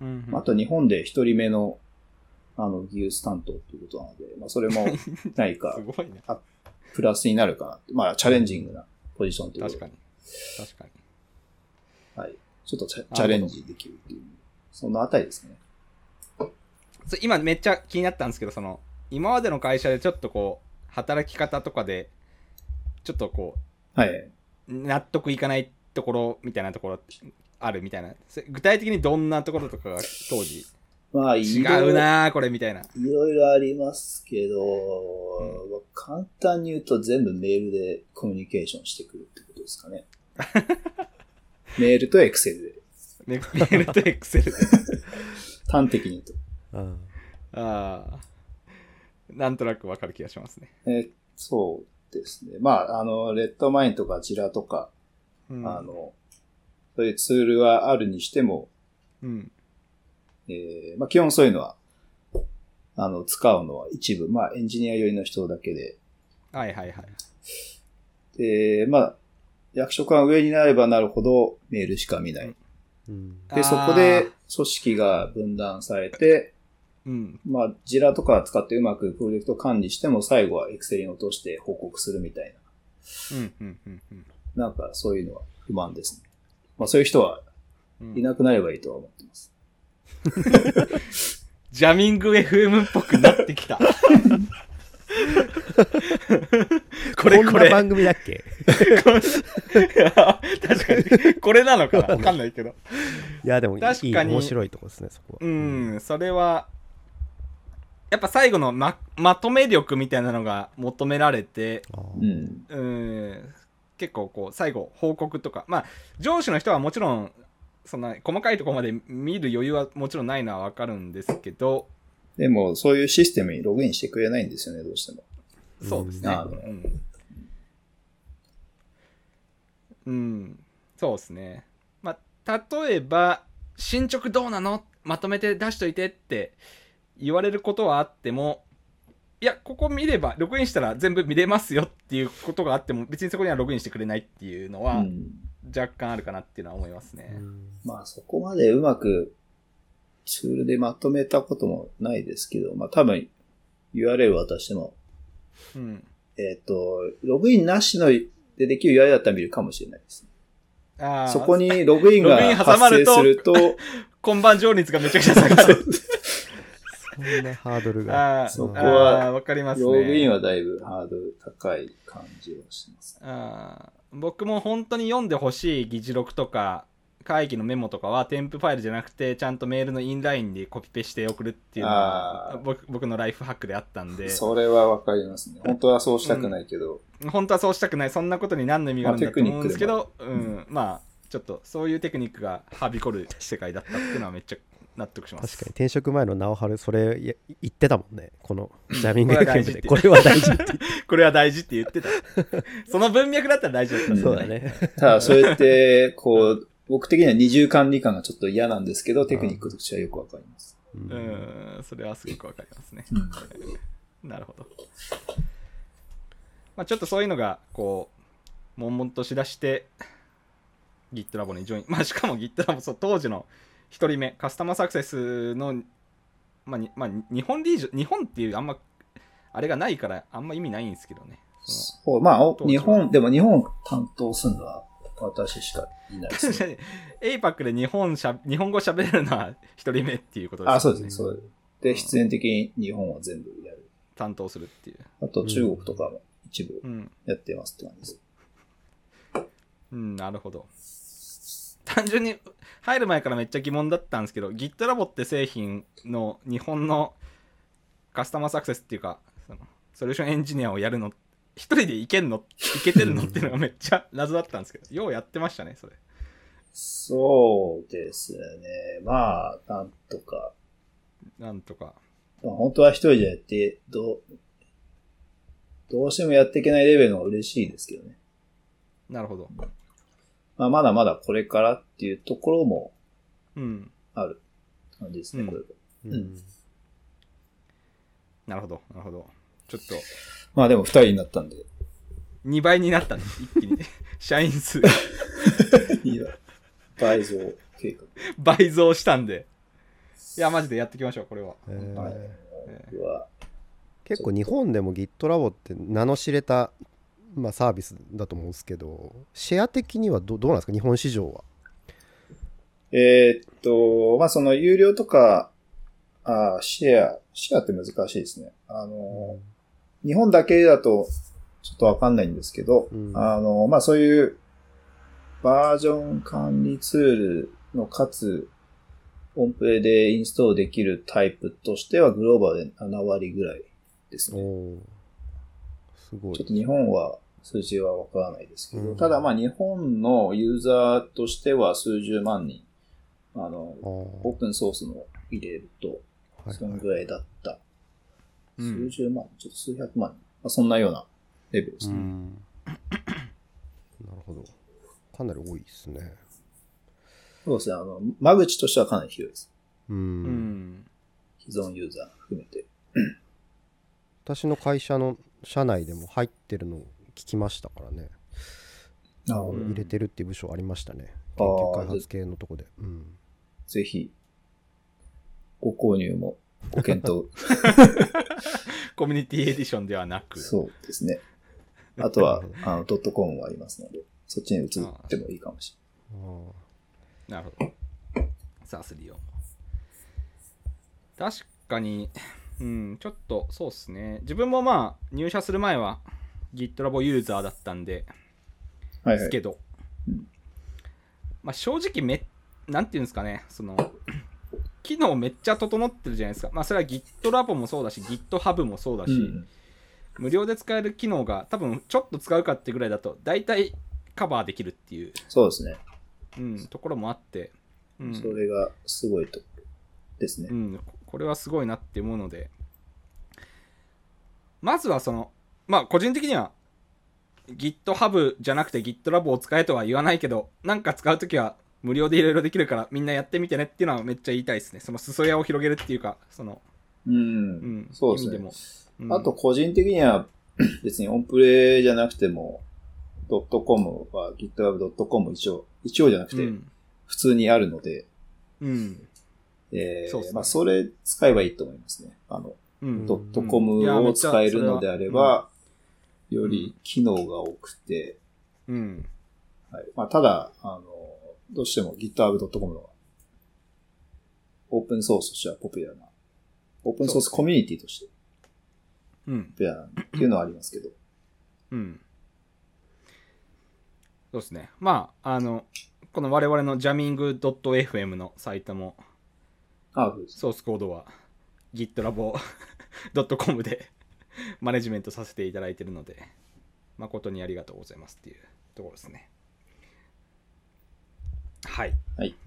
Speaker 1: うん。
Speaker 3: あと日本で一人目の、あの、技術担当ということなので、まあそれも何か
Speaker 1: すごいね。
Speaker 3: プラスになるかなって。まあチャレンジングなポジションということ
Speaker 1: 確
Speaker 3: で
Speaker 1: かに。確かに。
Speaker 3: ちょっとチャチャレンジできるっていう。そのあたりですね。
Speaker 1: そう今めっちゃ気になったんですけどその今までの会社でちょっとこう働き方とかでちょっとこ
Speaker 3: はい。
Speaker 1: う納得いかないところみたいなところあるみたいなそれ具体的にどんなところとかが当時
Speaker 3: まあ、
Speaker 1: 違
Speaker 3: いろいろ
Speaker 1: う。なーこれみたいない
Speaker 3: ろいろありますけど、まあ簡単に言うと全部メールでコミュニケーションしてくるってことですか ね。メールとエクセルで。
Speaker 1: メメールとエクセルで
Speaker 3: 端的に言うと。
Speaker 1: あ
Speaker 2: あ
Speaker 1: ーなんとなくわかる気がしますね、
Speaker 3: えーそうですね。まあ、あの、レッドマインとかジラとか、
Speaker 1: うん、
Speaker 3: あの、そういうツールはあるにしても、
Speaker 1: うん
Speaker 3: えーまあ、基本そういうのは、あの、使うのは一部、まあ、エンジニア寄りの人だけで、
Speaker 1: はいはいはい
Speaker 3: で、まあ、役職が上になればなるほどメールしか見ない。
Speaker 2: うん
Speaker 1: あー
Speaker 3: で、そこで組織が分断されて、
Speaker 1: うん
Speaker 3: まあ、ジラとか使ってうまくプロジェクト管理しても最後は Excel に落として報告するみたい
Speaker 1: うんうんうんうん
Speaker 3: な。なんかそういうのは不満ですね。まあそういう人は
Speaker 1: うん
Speaker 3: いなくなればいいとは思ってます。
Speaker 1: ジャミング FM っぽくなってき たこれこ
Speaker 2: んな
Speaker 1: れ
Speaker 2: 番組だっ け
Speaker 1: 確かにこれなの かなわかんないけど
Speaker 2: いやでもい
Speaker 1: 確かに
Speaker 2: い面白いとこですねそこは
Speaker 1: うんそれはやっぱ最後のままとめ力みたいなのが求められて
Speaker 2: あー
Speaker 3: うん。
Speaker 1: うん結構こう最後報告とかまあ上司の人はもちろんそんな細かいところまで見る余裕はもちろんないのはわかるんですけど
Speaker 3: でもそういうシステムにログインしてくれないんですよね、どうしても。
Speaker 1: そうですね
Speaker 3: なるほど
Speaker 1: うん、うん、そうですねまあ例えば進捗どうなのまとめて出しといてって言われることはあってもいやここ見ればログインしたら全部見れますよっていうことがあっても別にそこにはログインしてくれないっていうの
Speaker 3: う
Speaker 1: は
Speaker 3: ん
Speaker 1: 若干あるかなっていうのは思いますね、
Speaker 2: うん
Speaker 3: まあそこまでうまくツールでまとめたこともないですけど、まあ多分 URL 渡しても、
Speaker 1: うん
Speaker 3: えっ、と、ログインなしのでできる URL だったら見るかもしれないです。
Speaker 1: あー
Speaker 3: そこにログイン
Speaker 1: ログイ
Speaker 3: が
Speaker 1: ン挟
Speaker 3: 発
Speaker 1: まる
Speaker 3: 生
Speaker 1: と
Speaker 3: すると、
Speaker 1: 今晩上率がめちゃくちゃ下 がる
Speaker 2: そんなハードルが
Speaker 1: あー
Speaker 3: そこは
Speaker 1: あーわかりますね
Speaker 3: ログインはだいぶハードル高い感じはしますね。
Speaker 1: あー僕も本当に読んでほしい議事録とか会議のメモとかは添付ファイルじゃなくてちゃんとメールのインラインでコピペして送るっていうの
Speaker 3: あ
Speaker 1: が
Speaker 3: ー
Speaker 1: 僕僕のライフハックであったんで
Speaker 3: それはわかりますね。本当はそうしたくない けど、
Speaker 1: 本当はそうしたくないそんなことに何の意味があるんだと思うんですけど、
Speaker 3: あ
Speaker 1: うん、まあちょっとそういうテクニックがはびこる世界だったっていうのはめっちゃ納得しま
Speaker 2: 確か
Speaker 1: す
Speaker 2: に転職前の直春それいや言ってたもんねこのジャミング
Speaker 1: これは大
Speaker 2: FM
Speaker 1: 事っ
Speaker 2: で
Speaker 1: て
Speaker 2: これは大事って
Speaker 1: これは大事って言ってたその文脈だったら大事だったんだ
Speaker 2: 言
Speaker 1: よ
Speaker 2: うそうだね
Speaker 3: ただそれって、こう、僕的には二重管理感がちょっと嫌なんですけど、テクニックとしてはよくわかります。
Speaker 2: うん
Speaker 1: うん、それはすごくわかりますね。
Speaker 3: うん
Speaker 1: なるほど。まあ、ちょっとそういうのが、こう、悶々としだして、GitLab にジョイン。まあ、しかも GitLab、そう当時の1人目、カスタマーサクセスの、まあ、にまあ、に日本リージョン、日本っていうあんま、あれがないから、あんま意味ないんですけどね。そ
Speaker 3: そう、まあ、お
Speaker 1: 当時
Speaker 3: 日
Speaker 1: は
Speaker 3: 本、でも日本担当するのは私しかいな いです、
Speaker 1: の
Speaker 3: ね。
Speaker 1: APAC で日本しゃ日本語喋れるのは1人目っていうことですよね、
Speaker 3: あ、そうですね、そう。で、必然的に日本は全部やる。
Speaker 1: 担当するっていう。
Speaker 3: あと中国とかも一部
Speaker 1: うん。
Speaker 3: やってますって感じです。
Speaker 1: うん、なるほど。単純に入る前からめっちゃ疑問だったんですけど、GitLab って製品の日本のカスタマーサクセスっていうか、そのソリューションエンジニアをやるの、一人でいけんの、いけてるのっていうのがめっちゃ謎だったんですけ ど、ようやってましたね、それ。
Speaker 3: そうですね。まあ、なんとか。
Speaker 1: なんとか。
Speaker 3: まあ本当は一人でやって、どう、どうしてもやっていけないレベルの方が嬉しいですけどね。
Speaker 1: なるほど。
Speaker 3: まあ、まだまだこれからっていうところも
Speaker 1: うん。
Speaker 3: ある感じですね、
Speaker 1: うん
Speaker 3: これが
Speaker 2: うん
Speaker 3: うん
Speaker 1: なるほど、なるほど。ちょっと、
Speaker 3: まあでも二人になった んで。
Speaker 1: 2倍になったね、一気 に。社員数が
Speaker 3: いや倍増計
Speaker 1: 倍増したんで。いや、マジでやっていきましょう、これは。
Speaker 2: えー
Speaker 3: はい画は、
Speaker 2: 結構日本でも GitLab って名の知れた、まあ、サービスだと思うんですけどシェア的にはどどうなんですか日本市場は
Speaker 3: えーっと、まあその有料とか、あーシェア、シェアって難しいですね。あの、日本だけだとちょっとわかんないんですけど、
Speaker 2: うん
Speaker 3: あの、まあそういうバージョン管理ツールのかつ、オンプレでインストールできるタイプとしてはグローバルで7割ぐらいです
Speaker 2: お
Speaker 3: ね。
Speaker 2: ーすごい
Speaker 3: ちょっと日本は数字はわからないですけど、
Speaker 2: うん
Speaker 3: ただまあ日本のユーザーとしては数十万人、あの、
Speaker 2: あー
Speaker 3: オープンソースの入れると、
Speaker 2: はい
Speaker 3: そのぐらいだった。
Speaker 1: う
Speaker 3: 数
Speaker 1: ん。
Speaker 3: 十万、ちょっと数百万、まあ、そんなようなレベルです
Speaker 2: う
Speaker 3: ね。
Speaker 2: んなるほどかなり多いですね
Speaker 3: そうですね、あの、間口としてはかなり広いです。
Speaker 2: う、
Speaker 1: うんん。
Speaker 3: 既存ユーザー含めて。
Speaker 2: 私の会社の社内でも入ってるのを聞きましたからね、
Speaker 3: なるほ
Speaker 1: うん
Speaker 2: 入れてるっていう部署ありましたね
Speaker 3: あ
Speaker 2: 研
Speaker 3: ー
Speaker 2: 究開発系のとこで、うん、
Speaker 3: ぜひ、ご購入もご検討。
Speaker 1: コミュニティエディションではなく。
Speaker 3: そうですね。あとは、あの、ドットコムもありますので、そっちに移ってもいいかもし
Speaker 2: あー
Speaker 1: なるほど。サース利用。確かに、うん、ちょっとそうっすね。自分もまあ、入社する前は GitLab ユーザーだったんで、
Speaker 3: れない。
Speaker 1: で
Speaker 3: は
Speaker 1: す
Speaker 3: いはい。
Speaker 1: けど、
Speaker 3: うん
Speaker 1: まあ正直め、なんていうんですかね、その、機能めっちゃ整ってるじゃないですか。まあそれは GitLab もそうだし、GitHub もそうだし、
Speaker 3: うん。
Speaker 1: 無料で使える機能が多分ちょっと使うかってぐらいだと、大体カバーできるっていう、
Speaker 3: そうですね。
Speaker 1: うん、ところもあって、うん、
Speaker 3: それがすごいところですね
Speaker 1: う。ん、ここれはすごいなって思うのでまずはそのまあ個人的には GitHub じゃなくて GitLab を使えとは言わないけどなんか使う時は無料でいろいろできるからみんなやってみてねっていうのはめっちゃ言いたいですねその裾野を広げるっていうかその、
Speaker 3: う。
Speaker 1: うんん、
Speaker 3: そうですね
Speaker 1: 意味でも、うん
Speaker 3: あと個人的には 別にオンプレじゃなくても、ドットコムは GitHub.com 一応、一応じゃなく
Speaker 1: う
Speaker 3: て
Speaker 1: ん、
Speaker 3: 普通にあるので、
Speaker 1: うん
Speaker 3: えー
Speaker 1: そうっすね
Speaker 3: まあそれ使えばいいと思いますね。あの、
Speaker 1: うん
Speaker 3: ドットコムを使えるのであれば、より機能が多くて、
Speaker 1: うん
Speaker 3: はいまあ、ただ、あの、どうしても GitHub.com のオープンソースとしてはポピュラーな、オープンソースコミュニティとして
Speaker 1: うん
Speaker 3: ポピュラーなっていうのはありますけど、
Speaker 1: うん。そうですね。まあ、あの、この我々のジャミング .fm のサイトも、
Speaker 3: あそうです
Speaker 1: ソースコードは GitLab.com でマネジメントさせていただいているので、誠にありがとうございますっていうところですね。はい。あ
Speaker 3: はい。
Speaker 1: りがと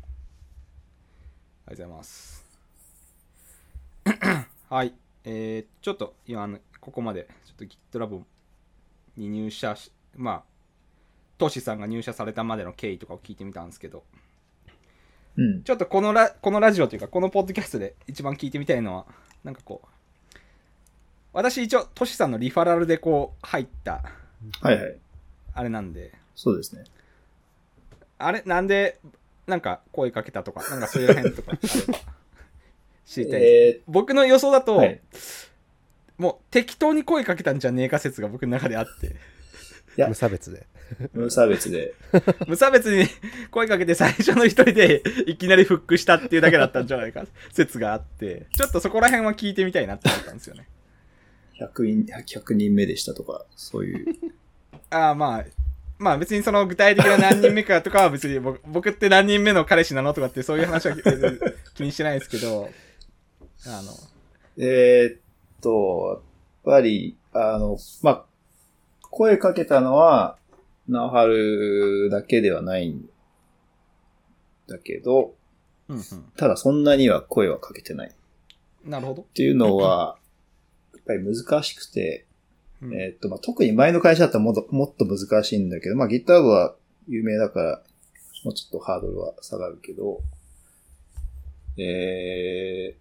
Speaker 1: うございます。 はい。えー、ちょっと今、あのここまで、ちょっと GitLab に入社し、まあ、トシさんが入社されたまでの経緯とかを聞いてみたんですけど、
Speaker 3: うん。
Speaker 1: ちょっとこのラこのラジオというか、このポッドキャストで一番聞いてみたいのは、なんかこう、私一応、トシさんのリファラルでこう、入った、
Speaker 3: はいはい。
Speaker 1: あれなんで、
Speaker 3: そうですね。
Speaker 1: あれ、なんで、なんか声かけたとか、なんかそういう 辺とかあれば、知りたいです。
Speaker 3: え
Speaker 1: 僕の予想だと、
Speaker 3: はい
Speaker 1: もう適当に声かけたんじゃねえか説が僕の中であって、
Speaker 3: や
Speaker 2: 無差別で。
Speaker 3: ー、無差別で。
Speaker 1: 無差別に 声かけて最初の一人でいきなりフックしたっていうだけだったんじゃないか説があって、ちょっとそこら辺は聞いてみたいなって思ったんですよね。
Speaker 3: 100人、100人目でしたとか、そういう。
Speaker 1: ああ、まあ、まあ別にその具体的な何人目かとかは別に僕 僕って何人目の彼氏なのとかってそういう話は別に気にしてないですけど、あの、
Speaker 3: えーっと、やっぱり、あの、まあ、声かけたのは、なおはるだけではないんだけど、
Speaker 1: うんう
Speaker 3: ただそんなには声はかけてない。っ
Speaker 1: ん。なるほど。
Speaker 3: ていうのは、やっぱり難しくて、
Speaker 1: うん
Speaker 3: えーっと、まあ、特に前の会社だったらもっともっと難しいんだけど、まあ、GitHub は有名だから、もうちょっとハードルは下がるけど、えー、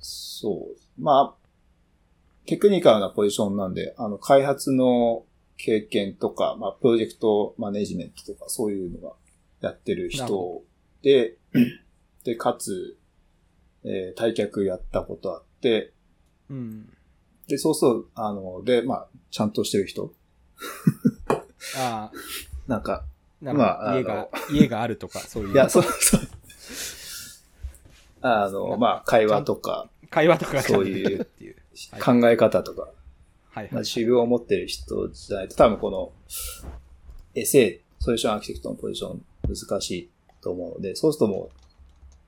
Speaker 3: そう。まあ、テクニカルなポジションなんで、あの、開発の経験とか、まあ、プロジェクトマネジメントとか、そういうのがやってる
Speaker 1: なる
Speaker 3: 人で、 で、かつ、えー、退却やったことあって、
Speaker 1: うん。
Speaker 3: で、そうそう、あの、で、まあ、ちゃんとしてる人
Speaker 1: ああ、
Speaker 3: なんか、
Speaker 1: なんか
Speaker 3: まあ
Speaker 1: 家が、家があるとか、そうい
Speaker 3: いや、
Speaker 1: う
Speaker 3: そう、そう。あの、まあ、会話とか、
Speaker 1: 会話とかがちゃん
Speaker 3: そう
Speaker 1: とでき
Speaker 3: い
Speaker 1: る
Speaker 3: う
Speaker 1: っていう。はい
Speaker 3: 考え方とか、
Speaker 1: はい
Speaker 3: ま
Speaker 1: は
Speaker 3: あ、
Speaker 1: い。
Speaker 3: 修行を持ってる人じゃないと、多分この、エセイ、ソリューションアーキテクトのポジション難しいと思うので、そうするともう、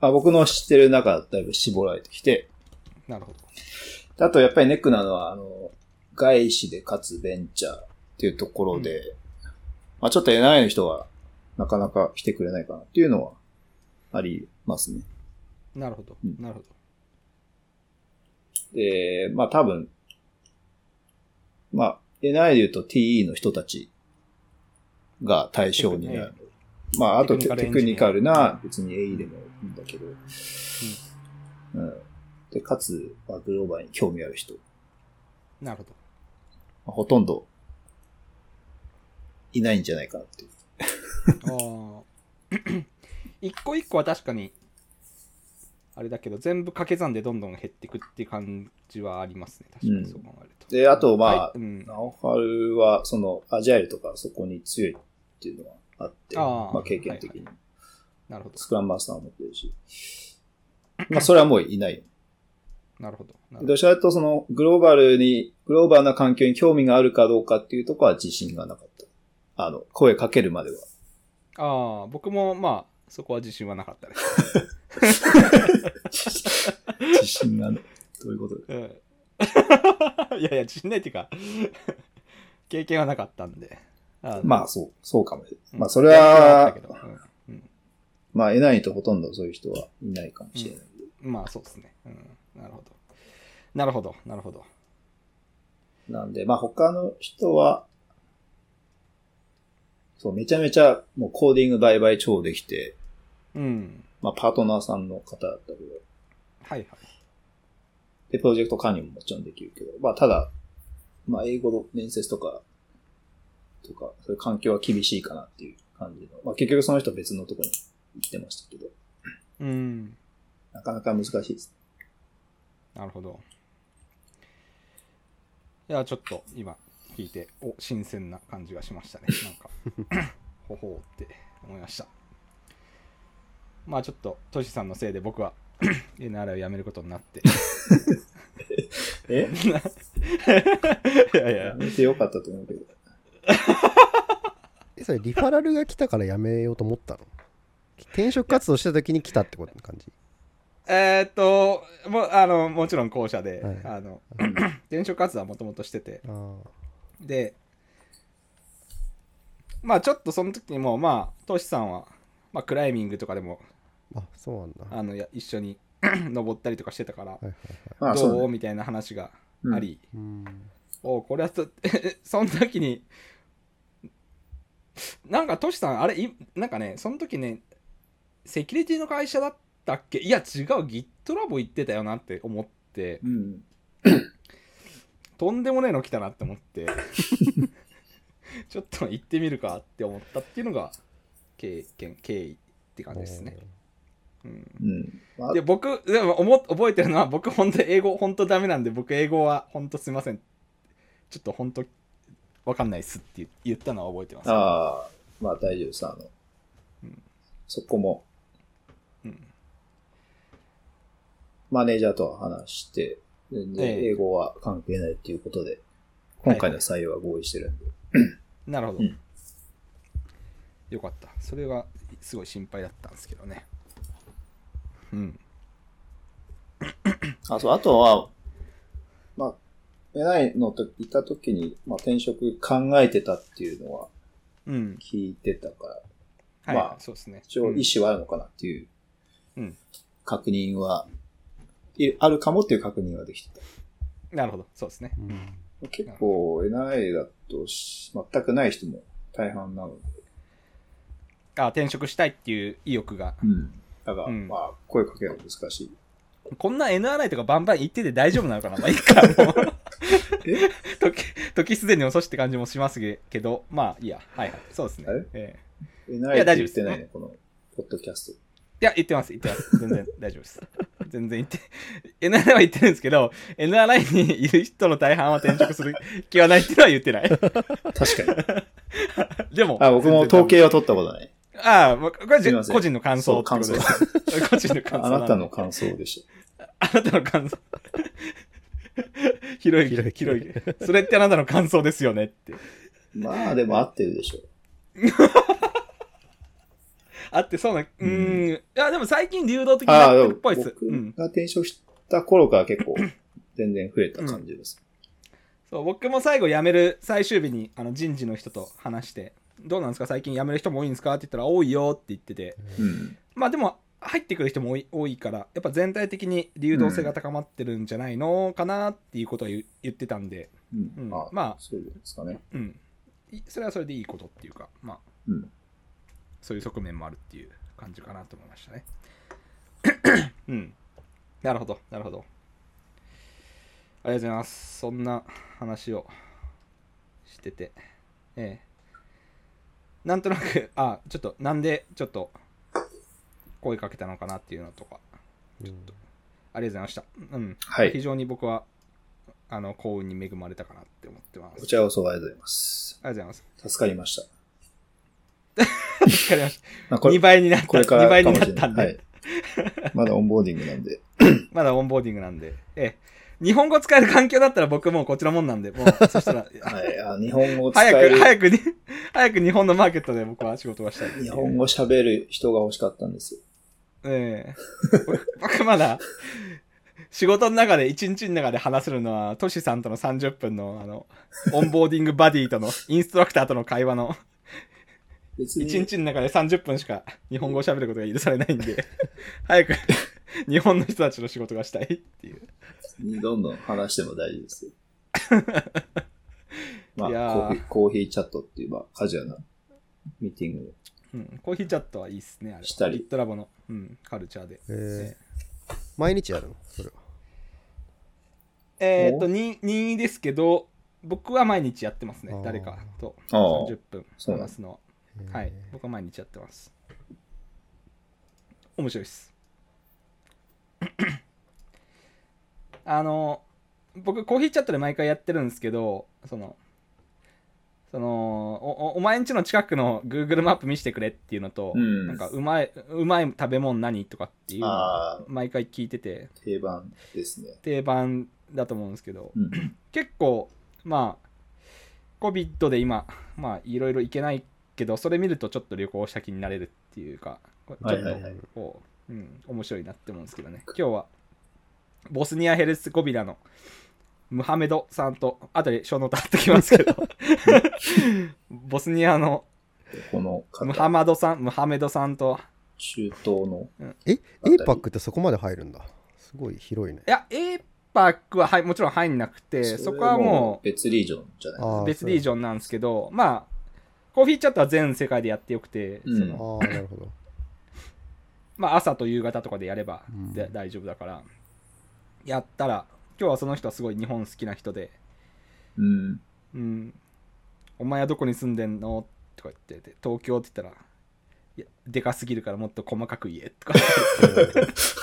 Speaker 3: まあ、僕の知ってる中だとだいぶ絞られてきて、
Speaker 1: なるほど。
Speaker 3: あとやっぱりネックなのは、あの、外資でかつベンチャーっていうところで、まあちょっと NI の人はなかなか来てくれないかなっていうのはありますね。
Speaker 1: なるほど
Speaker 3: うん。
Speaker 1: なるほど。
Speaker 3: で、まあ多分、まあ NI で言うと TE の人たちが対象になる。まああとテテ
Speaker 1: テ
Speaker 3: ク
Speaker 1: ク
Speaker 3: ニ
Speaker 1: ニ
Speaker 3: カ
Speaker 1: カ
Speaker 3: ル
Speaker 1: ル
Speaker 3: な別に AE でもいいんだけど、うん。で、かつ、まあ、グローバルに興味ある人。
Speaker 1: なるほど。
Speaker 3: まあほとんどいないんじゃないかなっていう。
Speaker 1: あー一個一個は確かにあれだけど全部掛け算でどんどん減っていくっていう感じはありますね確かにそう考えると、
Speaker 3: であとまあ
Speaker 1: はいうん、
Speaker 3: なおはるは、その、アジャイルとかそこに強いっていうのはあって、
Speaker 1: あー
Speaker 3: まあ経験的に、
Speaker 1: なるほど
Speaker 3: スクラムマスターも持ってるし、まあそれはもういない。
Speaker 1: なるほどなるほ
Speaker 3: どちらかというとその、グローバルに、グローバルな環境に興味があるかどうかっていうところは自信がなかった。あの、声かけるま では。
Speaker 1: どああ僕もまあそこは自信はなかったです、
Speaker 3: 自信が、どう いうこと
Speaker 1: うん いやいや自信ないっていうか経験はなかったんであ
Speaker 3: まあそう、そうかもしれ
Speaker 1: う
Speaker 3: ない。
Speaker 1: ん
Speaker 3: まあそれは
Speaker 1: 経、験はあったけどうんうん
Speaker 3: まあ得ないとほとんどそういう人はいないかもしれない。
Speaker 1: まあそうですね、うん、なるほどなるほどなるほど
Speaker 3: なんで、まあ他の人は、そう、めちゃめちゃもうコーディング売買超できて、
Speaker 1: うん
Speaker 3: まあパートナーさんの方だったけど、
Speaker 1: はいはい
Speaker 3: で、プロジェクト管理ももちろんできるけど、まあただ、まあ英語の面接とか、とか、そういう環境は厳しいかなっていう感じの、まあ結局その人は別のとこに行ってましたけど、
Speaker 1: うん
Speaker 3: なかなか難しいです。
Speaker 1: なるほど。いや、ちょっと今聞いて、お、新鮮な感じがしましたね。なんか、 ほほうって思いました。まあちょっと、トシさんのせいで僕は NR を辞めることになって。
Speaker 3: え
Speaker 1: いやい
Speaker 3: や
Speaker 1: や、
Speaker 3: めてよかったと思うけど。
Speaker 2: え、それリファラルが来たからやめようと思ったの転職活動した時に来たってこと感じ。
Speaker 1: えーっと、もあのもちろん後者で、
Speaker 2: はい
Speaker 1: あの 転職活動はもともとしてて、
Speaker 2: ああ。
Speaker 1: でまあちょっとその時にもうまあトシさんは、まあ、クライミングとかでも
Speaker 2: あ、そうなんだ。は
Speaker 1: あのや一緒に 登ったりとかしてたから
Speaker 2: いはいはい。
Speaker 3: まあ
Speaker 1: ど
Speaker 3: そうう、ね。
Speaker 1: みたいな話があり、
Speaker 2: うん。
Speaker 1: おこれはと その時になんかトシさんあれいなんかねその時ねセキュリティの会社だったっけいや違う GitLab 行ってたよなって思って
Speaker 3: うん。
Speaker 1: とんでもねえの来たなって思って ちょっと行ってみるかって思ったっていうのが経験経緯って感じですね、うん、
Speaker 3: うん。まあ
Speaker 1: で僕でも思覚えてるのは 僕本当英語本当ダメなんで僕英語は本当すいませんちょっと本当わかんないっすって言言ったのは覚えてます、
Speaker 3: ああ、まあ大丈夫です。あの、
Speaker 1: うん
Speaker 3: そこも
Speaker 1: うん
Speaker 3: マネージャーとは話して、全然
Speaker 1: ええ
Speaker 3: 英語は関係ないっていうことで、今回の採用は合意してるんで。
Speaker 1: なるほど、
Speaker 3: うん
Speaker 1: よかったそれがすごい心配だったんですけどねうん
Speaker 3: あ、そう、あとは、まあ、偉いのと、いた時に、まあ転職考えてたっていうのは
Speaker 1: うん
Speaker 3: 聞いてたか
Speaker 1: は
Speaker 3: ら、
Speaker 1: い、
Speaker 3: まあ
Speaker 1: そうですね
Speaker 3: 一応意思はあるのかなっていう
Speaker 1: うん
Speaker 3: 確認は、いあるかもっていう確認はできてた。
Speaker 1: うんなるほどそうですね
Speaker 2: うん
Speaker 3: 結構 NI だとし全くない人も大半なので。
Speaker 1: あ転職したいっていう意欲が
Speaker 3: だから、
Speaker 1: うん
Speaker 3: まあ、声かけは難しい。
Speaker 1: こんな NRI とかバンバン言ってて大丈夫なのか なまあいいかもう
Speaker 3: え
Speaker 1: 時時すでに遅しって感じもしますけどまあいいやはいはいそうですね
Speaker 3: あれ
Speaker 1: ええ
Speaker 3: NI
Speaker 1: い
Speaker 3: っ
Speaker 1: や
Speaker 3: て
Speaker 1: 大丈夫
Speaker 3: 言っ
Speaker 1: です
Speaker 3: てないの、この、ポッドキャス
Speaker 1: いや、言ってます、言ってます。全然大丈夫です。全然言って、NRI は言ってるんですけど、NRI にいる人の大半は転職する気はないっていうのは言ってない。
Speaker 3: ト。確かに。
Speaker 1: でも、
Speaker 3: あ、僕も統計を取ったことない。
Speaker 1: ああ、もうこれ
Speaker 3: すい
Speaker 1: じ
Speaker 3: ません
Speaker 1: 個人の感想ってことです。個人の感想
Speaker 3: あ
Speaker 1: んで。
Speaker 3: なたの感想でし
Speaker 1: あなたの感想。 ひろゆき、ひ
Speaker 2: ひ
Speaker 1: ろ
Speaker 2: ろ
Speaker 1: ゆ
Speaker 2: ゆ
Speaker 1: き。それってあなたの感想ですよねって。
Speaker 3: た。まあ、でも合ってるでしょ。
Speaker 1: あってそうな、うーん。いや、でも最近流動的になっ
Speaker 3: ああ、
Speaker 1: て
Speaker 3: で
Speaker 1: る
Speaker 3: も
Speaker 1: っぽいっす。
Speaker 3: 僕
Speaker 1: うん。
Speaker 3: が転職した頃から結構、全然増えた感じです。
Speaker 1: そう僕も最後辞める最終日にあの人事の人と話して「どうなんですか最近辞める人も多いんですか?」って言ったら「多いよ」って言ってて
Speaker 3: うん。
Speaker 1: まあでも入ってくる人も多い多いからやっぱ全体的に流動性が高まってるんじゃないのかなっていうことは言う言ってたんで、
Speaker 3: うん。
Speaker 1: うん
Speaker 3: まあ、
Speaker 1: まあ
Speaker 3: そうですかね。
Speaker 1: うん、いそれはそれでいいことっていうかまあ、
Speaker 3: うん
Speaker 1: そういう側面もあるっていう感じかなと思いましたねうんなるほどなるほどありがとうございますそんな話をしててええなんとなくあちょっとなんでちょっと声かけたのかなっていうのとか
Speaker 2: うん
Speaker 1: ありがとうございましたうん、
Speaker 3: は
Speaker 1: 非
Speaker 3: い。
Speaker 1: 常に僕はあの幸運に恵まれたかなって思ってますあり
Speaker 3: こ
Speaker 1: が
Speaker 3: ちらこそありがとうございます。
Speaker 1: とうございます
Speaker 3: 助かりました。
Speaker 1: わかりました。
Speaker 3: まあ、こ
Speaker 1: 2
Speaker 3: れ、
Speaker 1: 倍になった。
Speaker 3: これから
Speaker 1: 2
Speaker 3: か
Speaker 1: 倍
Speaker 3: もしれ
Speaker 1: にな
Speaker 3: な。
Speaker 1: いったんで、
Speaker 3: はい。まだオンボーディングな んで。
Speaker 1: まだオンボーディングなんで。ええ。日本語使える環境だったら僕もうこちらもんなんで、も う、そしたら、
Speaker 3: はい。あ日本語を使え
Speaker 1: 早く、
Speaker 3: る。
Speaker 1: 早くに、 早く日本のマーケットで僕は仕事がしたいっていう。
Speaker 3: 日本語喋る人が欲しかったんですよ。
Speaker 1: ええ僕僕まだ、仕事の中で、一日の中で話せるのは、トシさんとの30分の、あの、オンボーディングバディと の、インストラクターとの会話の、
Speaker 3: 別
Speaker 1: 一
Speaker 3: に、
Speaker 1: 日の中で30分しか日本語を喋ることが許されないん で、早く、日本の人たちの仕事がしたいっていう。
Speaker 3: どんどん話しても大丈 夫ですよ。ま
Speaker 1: いやー
Speaker 3: あ、コーヒーコーヒーチャットっていう、まあ、カジュアルなミーティング
Speaker 1: うん、コーヒーチャットはいいっすね、あれ。
Speaker 3: したり
Speaker 1: リットラボの、うん、カルチャーで。
Speaker 2: え
Speaker 1: え
Speaker 2: ー毎日やるのそれは
Speaker 1: えーっと、に任意ですけど、僕は毎日やってます
Speaker 2: あ
Speaker 1: ね
Speaker 2: ー、
Speaker 1: 誰かと
Speaker 3: あー
Speaker 1: 30分
Speaker 3: そうなん
Speaker 1: 話
Speaker 3: だ
Speaker 1: すの
Speaker 2: えー
Speaker 1: は。はい、僕は毎日やってます。面白いっす。 あの、僕、コーヒーチャットで毎回やってるんですけど、その、そのおおお前んちの近くの Google マップ見せてくれっていうのと、
Speaker 3: うん
Speaker 1: なんかうまいうまい食べ物何とかっていうのを
Speaker 3: あ
Speaker 1: 毎回聞いてて
Speaker 3: ー定番ですね。
Speaker 1: 定番だと思うんですけど
Speaker 3: うん。
Speaker 1: 結構まあ COVID で今まあいろいろ行けないけどそれ見るとちょっと旅行先になれるっていうかこれちょっと
Speaker 3: はいはいはい
Speaker 1: こう、うん、面白いなって思うんですけどね今日はボスニア・ヘルツゴビラのムハメドさんとあとで小ノート貼っときますけどボスニアの
Speaker 3: この
Speaker 1: ム
Speaker 3: 方、
Speaker 1: ハマドさんムハメドさんと
Speaker 3: 中東の、
Speaker 2: え、
Speaker 3: たり
Speaker 2: APAC ってそこまで入るんだ。すごい広いね。
Speaker 1: いや A パックは、はい、もちろん入んなくてそ
Speaker 3: れ
Speaker 1: こはもう
Speaker 3: 別リージョンじゃない
Speaker 2: あ
Speaker 1: 別リージ
Speaker 2: ョン。
Speaker 1: ョンなんですけど、まあ、コーヒーチャットは全世界でやってよくて、
Speaker 3: うん
Speaker 1: その
Speaker 2: ああ、なるほど。
Speaker 1: まあ、朝と夕方とかでやれば
Speaker 2: うん
Speaker 1: で大丈夫だから、やったら今日はその人はすごい日本好きな人で
Speaker 3: うん。
Speaker 1: 「うん、お前はどこに住んでんの?」とか言ってて「東京」って言ったら「いやでかすぎるからもっと細かく言え」とか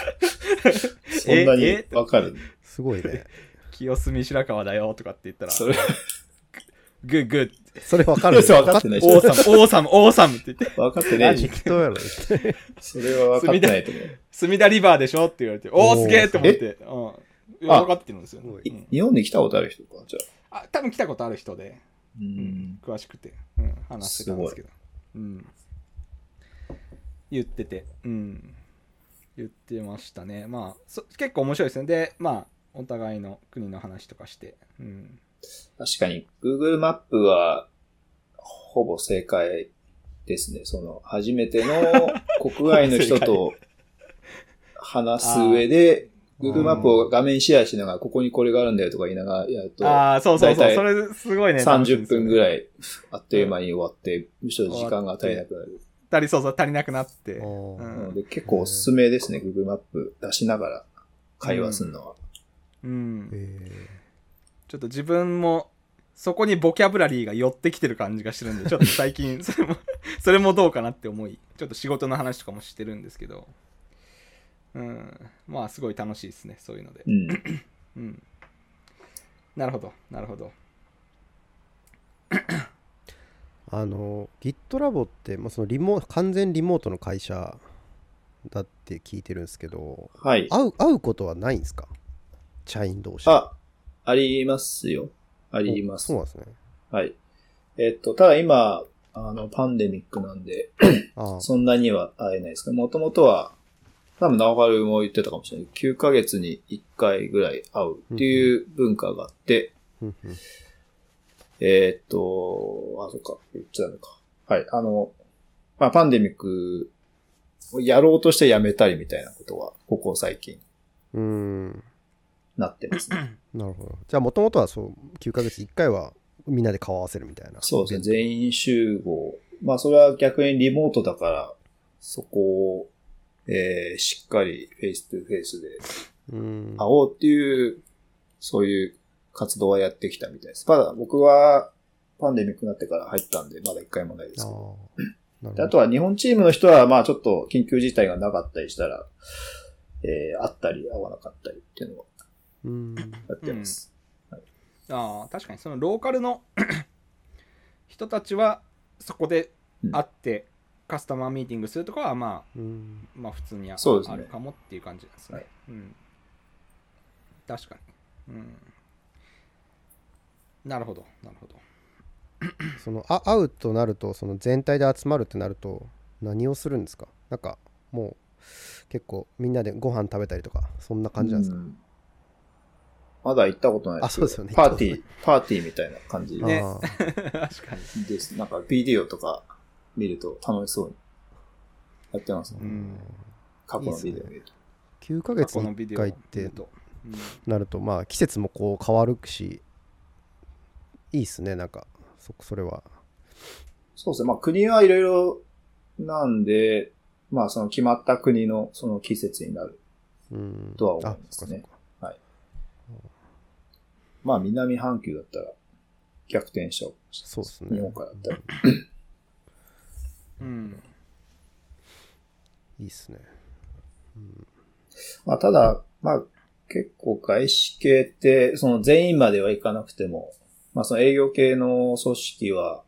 Speaker 3: そんな
Speaker 1: え
Speaker 3: に
Speaker 1: え
Speaker 3: わかる。
Speaker 2: すごいね。
Speaker 1: 「清澄白河だよ」とかって言ったら
Speaker 3: それ、
Speaker 1: 「グッグッ
Speaker 2: それ分かる。
Speaker 3: それ分かってないでしょ
Speaker 1: オーサムオーサムオーサム」って言って
Speaker 3: わかってねえ
Speaker 2: マ
Speaker 3: じ
Speaker 2: ジ
Speaker 3: ゃん。
Speaker 2: 適当 やろ。
Speaker 3: それはわかってないと思
Speaker 1: 「隅田リバーでしょ?」って言われて「おお
Speaker 2: おー
Speaker 1: すげえ!」と思って、うん、いや
Speaker 3: あ
Speaker 1: 分かってるんですよ、
Speaker 2: すご
Speaker 3: う。
Speaker 2: い
Speaker 1: うん
Speaker 3: い日本に来たことある人か、じゃあ。
Speaker 1: あ多分来たことある人で
Speaker 3: う
Speaker 1: うんん。、詳しくて、うん、話してたんですけど、うん、言ってて、うん、言ってましたねまあそ結構面白いですねでまあお互いの国の話とかして、うん、
Speaker 3: 確かに、Google マップは、ほぼ正解ですね。その、初めて の国外の人と話す上で、
Speaker 1: あー
Speaker 3: Google マップを画面シェアしながら、ここにこれがあるんだよとか言いながらやると、
Speaker 1: ああそうそうそう
Speaker 3: 大体
Speaker 1: それすごいね
Speaker 3: 30分ぐ
Speaker 1: い
Speaker 3: らい、あっという間に終わって、むしろ時間が足りなくなる。
Speaker 1: 足りそうそう足りなくなって
Speaker 2: あー
Speaker 1: う
Speaker 3: なんので、結構おすすめですね。Google マップ出しながら会話するのは。
Speaker 1: うん
Speaker 2: え
Speaker 1: ちょっと自分もそこにボキャブラリーが寄ってきてる感じがしてるんでちょっと最近それもそれもどうかなって思いちょっと仕事の話とかもしてるんですけどうんまあすごい楽しいですねそういうので
Speaker 3: うん。
Speaker 1: うんなるほどなるほど
Speaker 2: ーあの、GitLab って、まあ、そのリモ完全リモートの会社だって聞いてるんですけど、
Speaker 3: はい。
Speaker 2: 会う会うことはないんですか社員同士。
Speaker 3: あ、ありますよ。あります
Speaker 2: おそう。なんですね。
Speaker 3: はい。えっと、ただ今、あの、パンデミックなんで、
Speaker 2: ああ、
Speaker 3: そんなには会えないですけど、もともとは、多分、ナオハルも言ってたかもしれない。9ヶ月に1回ぐらい会うっていう文化があって、
Speaker 2: うんうん
Speaker 3: えっと、あ、そっか、言っちゃダメか。はい、あの、まあ、パンデミックをやろうとしてやめたりみたいなことは、ここ最近
Speaker 2: うーん。
Speaker 3: なってますね。
Speaker 2: なるほど。じゃあ、もともとはそう、9ヶ月1回はみんなで顔合わせるみたいな。
Speaker 3: そうですね、
Speaker 2: ね。
Speaker 3: 全員集合。まあ、それは逆にリモートだから、そこを、えー、しっかりフェイストゥフェイスで
Speaker 2: うーん。
Speaker 3: 会おうっていう、そういう活動はやってきたみたいです。ただ、僕はパンデミックになってから入ったんで、まだ一回もないですけ
Speaker 2: あ
Speaker 3: ど。
Speaker 2: ーなるほ
Speaker 3: で
Speaker 2: ど
Speaker 3: あとは日本チームの人は、まあちょっと緊急事態がなかったりしたら、えー、会ったり会わなかったりっていうのを
Speaker 2: うーん。
Speaker 3: やってます。
Speaker 1: ああ確かにそのローカルの 人たちはそこで会ってカスタマーミーティングするとかはまあ
Speaker 2: うーん。
Speaker 1: まあ普通にあ,、
Speaker 3: そうですね
Speaker 1: るかもっていう感じなんですね。
Speaker 3: はい
Speaker 1: うん、確かに、うん。なるほど、なる ほど。
Speaker 2: そのあ会うとなるとその全体で集まるってなると何をするんですかなんかもう結構みんなでご飯食べたりとかそんな感じなんですか、
Speaker 3: うんまだ行ったことない
Speaker 2: あそうですよね
Speaker 3: パーティー、パーティーみたいな感じ
Speaker 1: んね
Speaker 2: あー
Speaker 1: 確かに。
Speaker 3: です。なんかビデオとか見ると楽しそうにやってますね。
Speaker 1: うん
Speaker 3: 過去のビデオ見ると。
Speaker 2: 9
Speaker 1: 過
Speaker 2: ヶ月
Speaker 1: 去の
Speaker 2: に
Speaker 1: ビ
Speaker 2: 1
Speaker 1: デオ
Speaker 2: 回
Speaker 1: を
Speaker 2: っ
Speaker 1: 見る
Speaker 2: て
Speaker 1: と。うん
Speaker 2: なるとまあ季節もこう変わるしいいっすねなんかそそれは
Speaker 3: そうですね。まあ国はいろいろなんで、まあその決まった国のその季節になる。
Speaker 2: うん
Speaker 3: とは思いますね
Speaker 2: あそっかそっか
Speaker 3: まあ南半球だったら逆転しちゃうかもしれない。
Speaker 2: そうですね
Speaker 3: 日本からだったら。
Speaker 1: うん。
Speaker 2: いいっすね
Speaker 3: まあただ、まあ結構外資系って、その全員まではいかなくても、まあその営業系の組織は、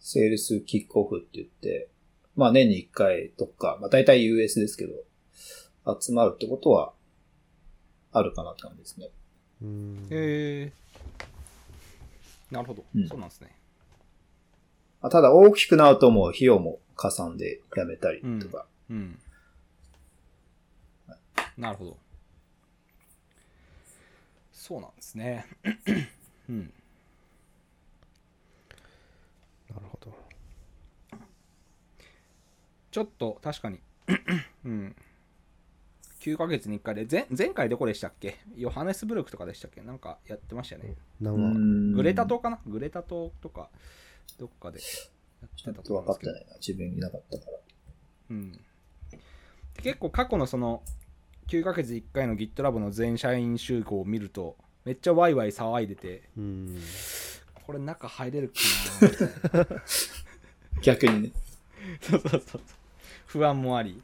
Speaker 3: セールスキックオフって言って、まあ年に1回とか、まあ大体 US ですけど、集まるってことは、あるかなって感じですね。
Speaker 2: うん
Speaker 1: えー、なるほど、
Speaker 3: うん
Speaker 1: そうなんですね。
Speaker 3: まあ、ただ大きくなるともう費用も加算でやめたりとか、
Speaker 1: うん。なるほど。そうなんですね。うん。
Speaker 2: なるほど
Speaker 1: ちょっと確かに うん9ヶ月に1回で前前回どこでしたっけヨハネスブルクとかでしたっけなんかやってましたよね、
Speaker 2: なん
Speaker 3: う
Speaker 2: か
Speaker 3: ん
Speaker 1: グレタ島かなグレタ島とかどっかでやって
Speaker 3: ちょ
Speaker 1: た
Speaker 3: っ
Speaker 1: と
Speaker 3: と
Speaker 1: 思う
Speaker 3: 分
Speaker 1: ん
Speaker 3: か
Speaker 1: ですけど
Speaker 3: ってないな。自分いなかったから。
Speaker 1: うん結構過去のその9ヶ月1回の GitLab の全社員集合を見るとめっちゃワイワイ騒いでて
Speaker 2: うん。
Speaker 1: これ中入れるかな
Speaker 3: 逆にね。
Speaker 1: そうそうそうそう不安もあり、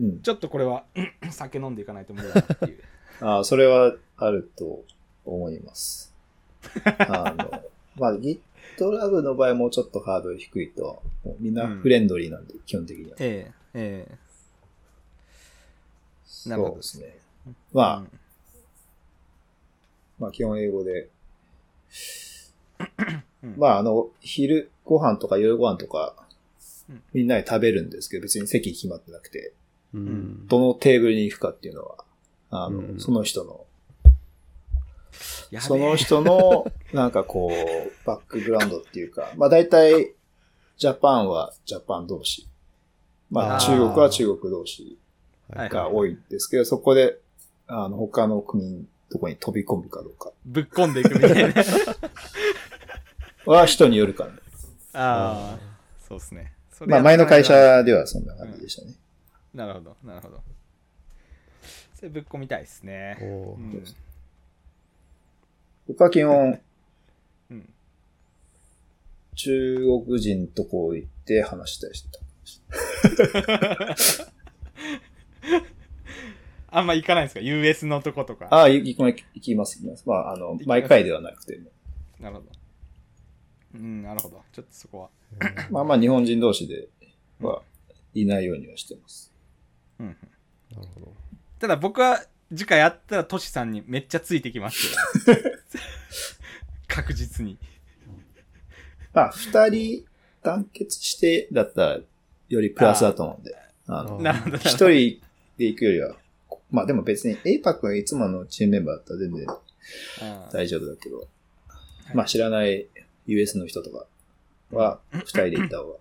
Speaker 1: うん、
Speaker 3: うん。
Speaker 1: ちょっとこれは 酒飲んでいかないと無理だなっていう
Speaker 3: ああ、それはあると思います。あの、 まあ、GitLab の場合もうちょっとハードル低いと、もうみんなフレンドリーなんで、基本的には。
Speaker 1: えええなるほ
Speaker 3: そう
Speaker 1: ど
Speaker 3: ですね。
Speaker 1: え
Speaker 3: まあ
Speaker 1: う、ん
Speaker 3: まあ基本英語で。
Speaker 1: うん
Speaker 3: まああの、昼ご飯とか夜ご飯とか
Speaker 1: うん、
Speaker 3: みんなで食べるんですけど、別に席決まってなくて、
Speaker 2: うん。
Speaker 3: どのテーブルに行くかっていうのは、あの、
Speaker 2: うん
Speaker 3: その人の、
Speaker 1: やべえ
Speaker 3: その人の、なんかこう、バックグラウンドっていうか、ま あ大体、ジャパンはジャパン同士、ま
Speaker 1: あ
Speaker 3: あ
Speaker 1: ー
Speaker 3: 中国は中国同士
Speaker 1: はい
Speaker 3: が多いんですけど、そこで、あの、他の国のとこに飛び込むかどうか
Speaker 1: ぶっ込んでいくみたいな
Speaker 3: は人によるかな。
Speaker 1: ああそうですねそれや
Speaker 3: まあ
Speaker 1: っとかない
Speaker 3: 前
Speaker 1: と
Speaker 3: の会社ではそんな感じでしたね。
Speaker 1: なるほどなるほどそれぶっ込みたいです
Speaker 2: お
Speaker 1: ね
Speaker 2: お
Speaker 1: う
Speaker 2: ー。
Speaker 1: ん、
Speaker 3: 僕は基本、
Speaker 1: うん、
Speaker 3: 中国人とこう行って話したりしてた。
Speaker 1: あんま行かないんですか US のとことか
Speaker 3: ああ、行き行きます、行きます。まあ、あの
Speaker 1: きま、す
Speaker 3: 毎回ではなくても。
Speaker 1: なるほどうんなるほどちょっとそこは
Speaker 3: まあまあ、日本人同士ではいないようにはしてます。
Speaker 1: うんうん
Speaker 2: なるほど。
Speaker 1: ただ僕は次回会ったらトシさんにめっちゃついてきますよ確実に
Speaker 3: まあ、二人団結してだったら、よりプラスだと思うんで。あの、
Speaker 1: なるほどなる
Speaker 3: 一
Speaker 1: ほど
Speaker 3: 人で行くよりは、まあでも別に、エイパックがいつものチームメンバーだったら全然
Speaker 1: うん
Speaker 3: 大丈夫だけど、まあ知らない US の人とかは、二人で行った方が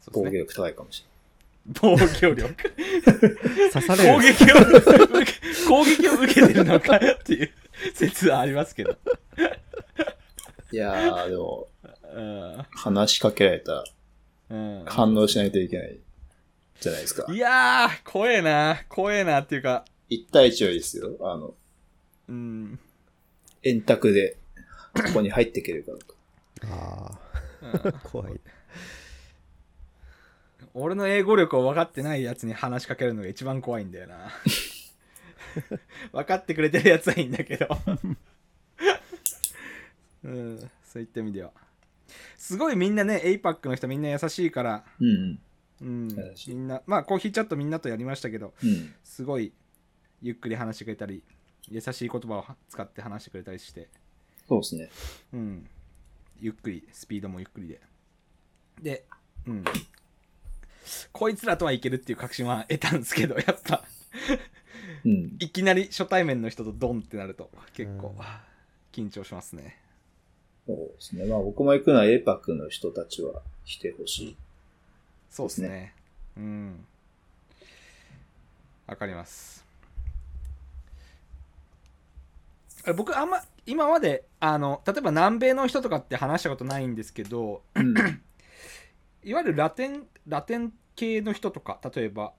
Speaker 1: そうで
Speaker 3: 防御
Speaker 1: すね
Speaker 3: 力高いかもしれない。
Speaker 1: 防御力
Speaker 2: 刺され
Speaker 1: 攻
Speaker 2: る。
Speaker 1: 撃を攻撃を受けてるのかよっていう説はありますけど
Speaker 3: いやー、でも、
Speaker 1: うん
Speaker 3: 話しかけられたら
Speaker 1: うん
Speaker 3: 反応しないといけないじゃないですか。
Speaker 1: いやー怖えな怖えなっていうか
Speaker 3: 一対一よりですよ。あの、
Speaker 1: うん
Speaker 3: 円卓で、ここに入っていけるかどうか。
Speaker 2: あ
Speaker 1: うん
Speaker 2: あ、怖い。
Speaker 1: 俺の英語力を分かってないやつに話しかけるのが一番怖いんだよな分かってくれてるやつはいいんだけどうんそういった意味ではすごいみんなね APAC の人みんな優しいから
Speaker 3: うんうん。
Speaker 1: うん
Speaker 3: 優しい
Speaker 1: みんなまあコーヒーチャットみんなとやりましたけど
Speaker 3: うん。
Speaker 1: すごいゆっくり話してくれたり優しい言葉を使って話してくれたりして
Speaker 3: そうですね。
Speaker 1: うん。ゆっくり、スピードもゆっくりで。で、うん。こいつらとはいけるっていう確信は得たんですけど、やっぱ、
Speaker 3: うん。
Speaker 1: いきなり初対面の人とドンってなると、結
Speaker 2: う
Speaker 1: 構
Speaker 2: ん、
Speaker 1: 緊張しますね。
Speaker 3: そうですね。まあ僕も行くのは APAC の人たちは来て ほしい。
Speaker 1: そうです
Speaker 3: で
Speaker 1: ね。うん。わかります。あれ僕、あんま、今まで、あの、例えば南米の人とかって話したことないんですけど、
Speaker 3: うん。
Speaker 1: いわゆるラテン、ラテン系の人とか、例えば、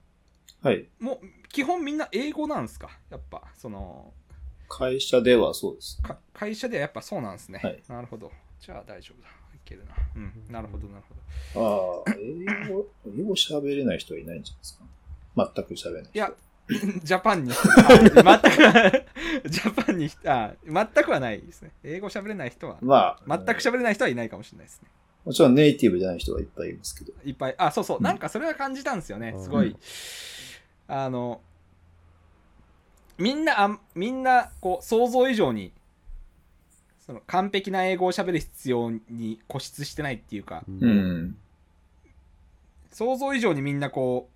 Speaker 3: はい。
Speaker 1: もう基本みんな英語なんですかやっぱその
Speaker 3: 会社ではそうです。
Speaker 1: か会社ではやっぱそうなんですね、
Speaker 3: はい
Speaker 1: なるほどじゃあ大丈夫だいけるなうんなるほどなるほど
Speaker 3: ああ、英語、英語喋れない人はいないんじゃないですか。全く喋れない人。
Speaker 1: いやジャパンにあ全くジャパンにあ全くはないですね英語喋れない人は
Speaker 3: まあ、
Speaker 1: 全く喋れない人はいないかもしれないですね
Speaker 3: もちろんネイティブじゃない人はいっぱいいますけど。
Speaker 1: いっぱいあそうそうなんかそれは感じたんですよね
Speaker 2: うん
Speaker 1: すご
Speaker 3: う
Speaker 1: いあのみんなあんみんなこう想像以上にその完璧な英語を喋る必要に固執してないっていうか
Speaker 2: うん
Speaker 3: うん。
Speaker 1: 想像以上にみんなこ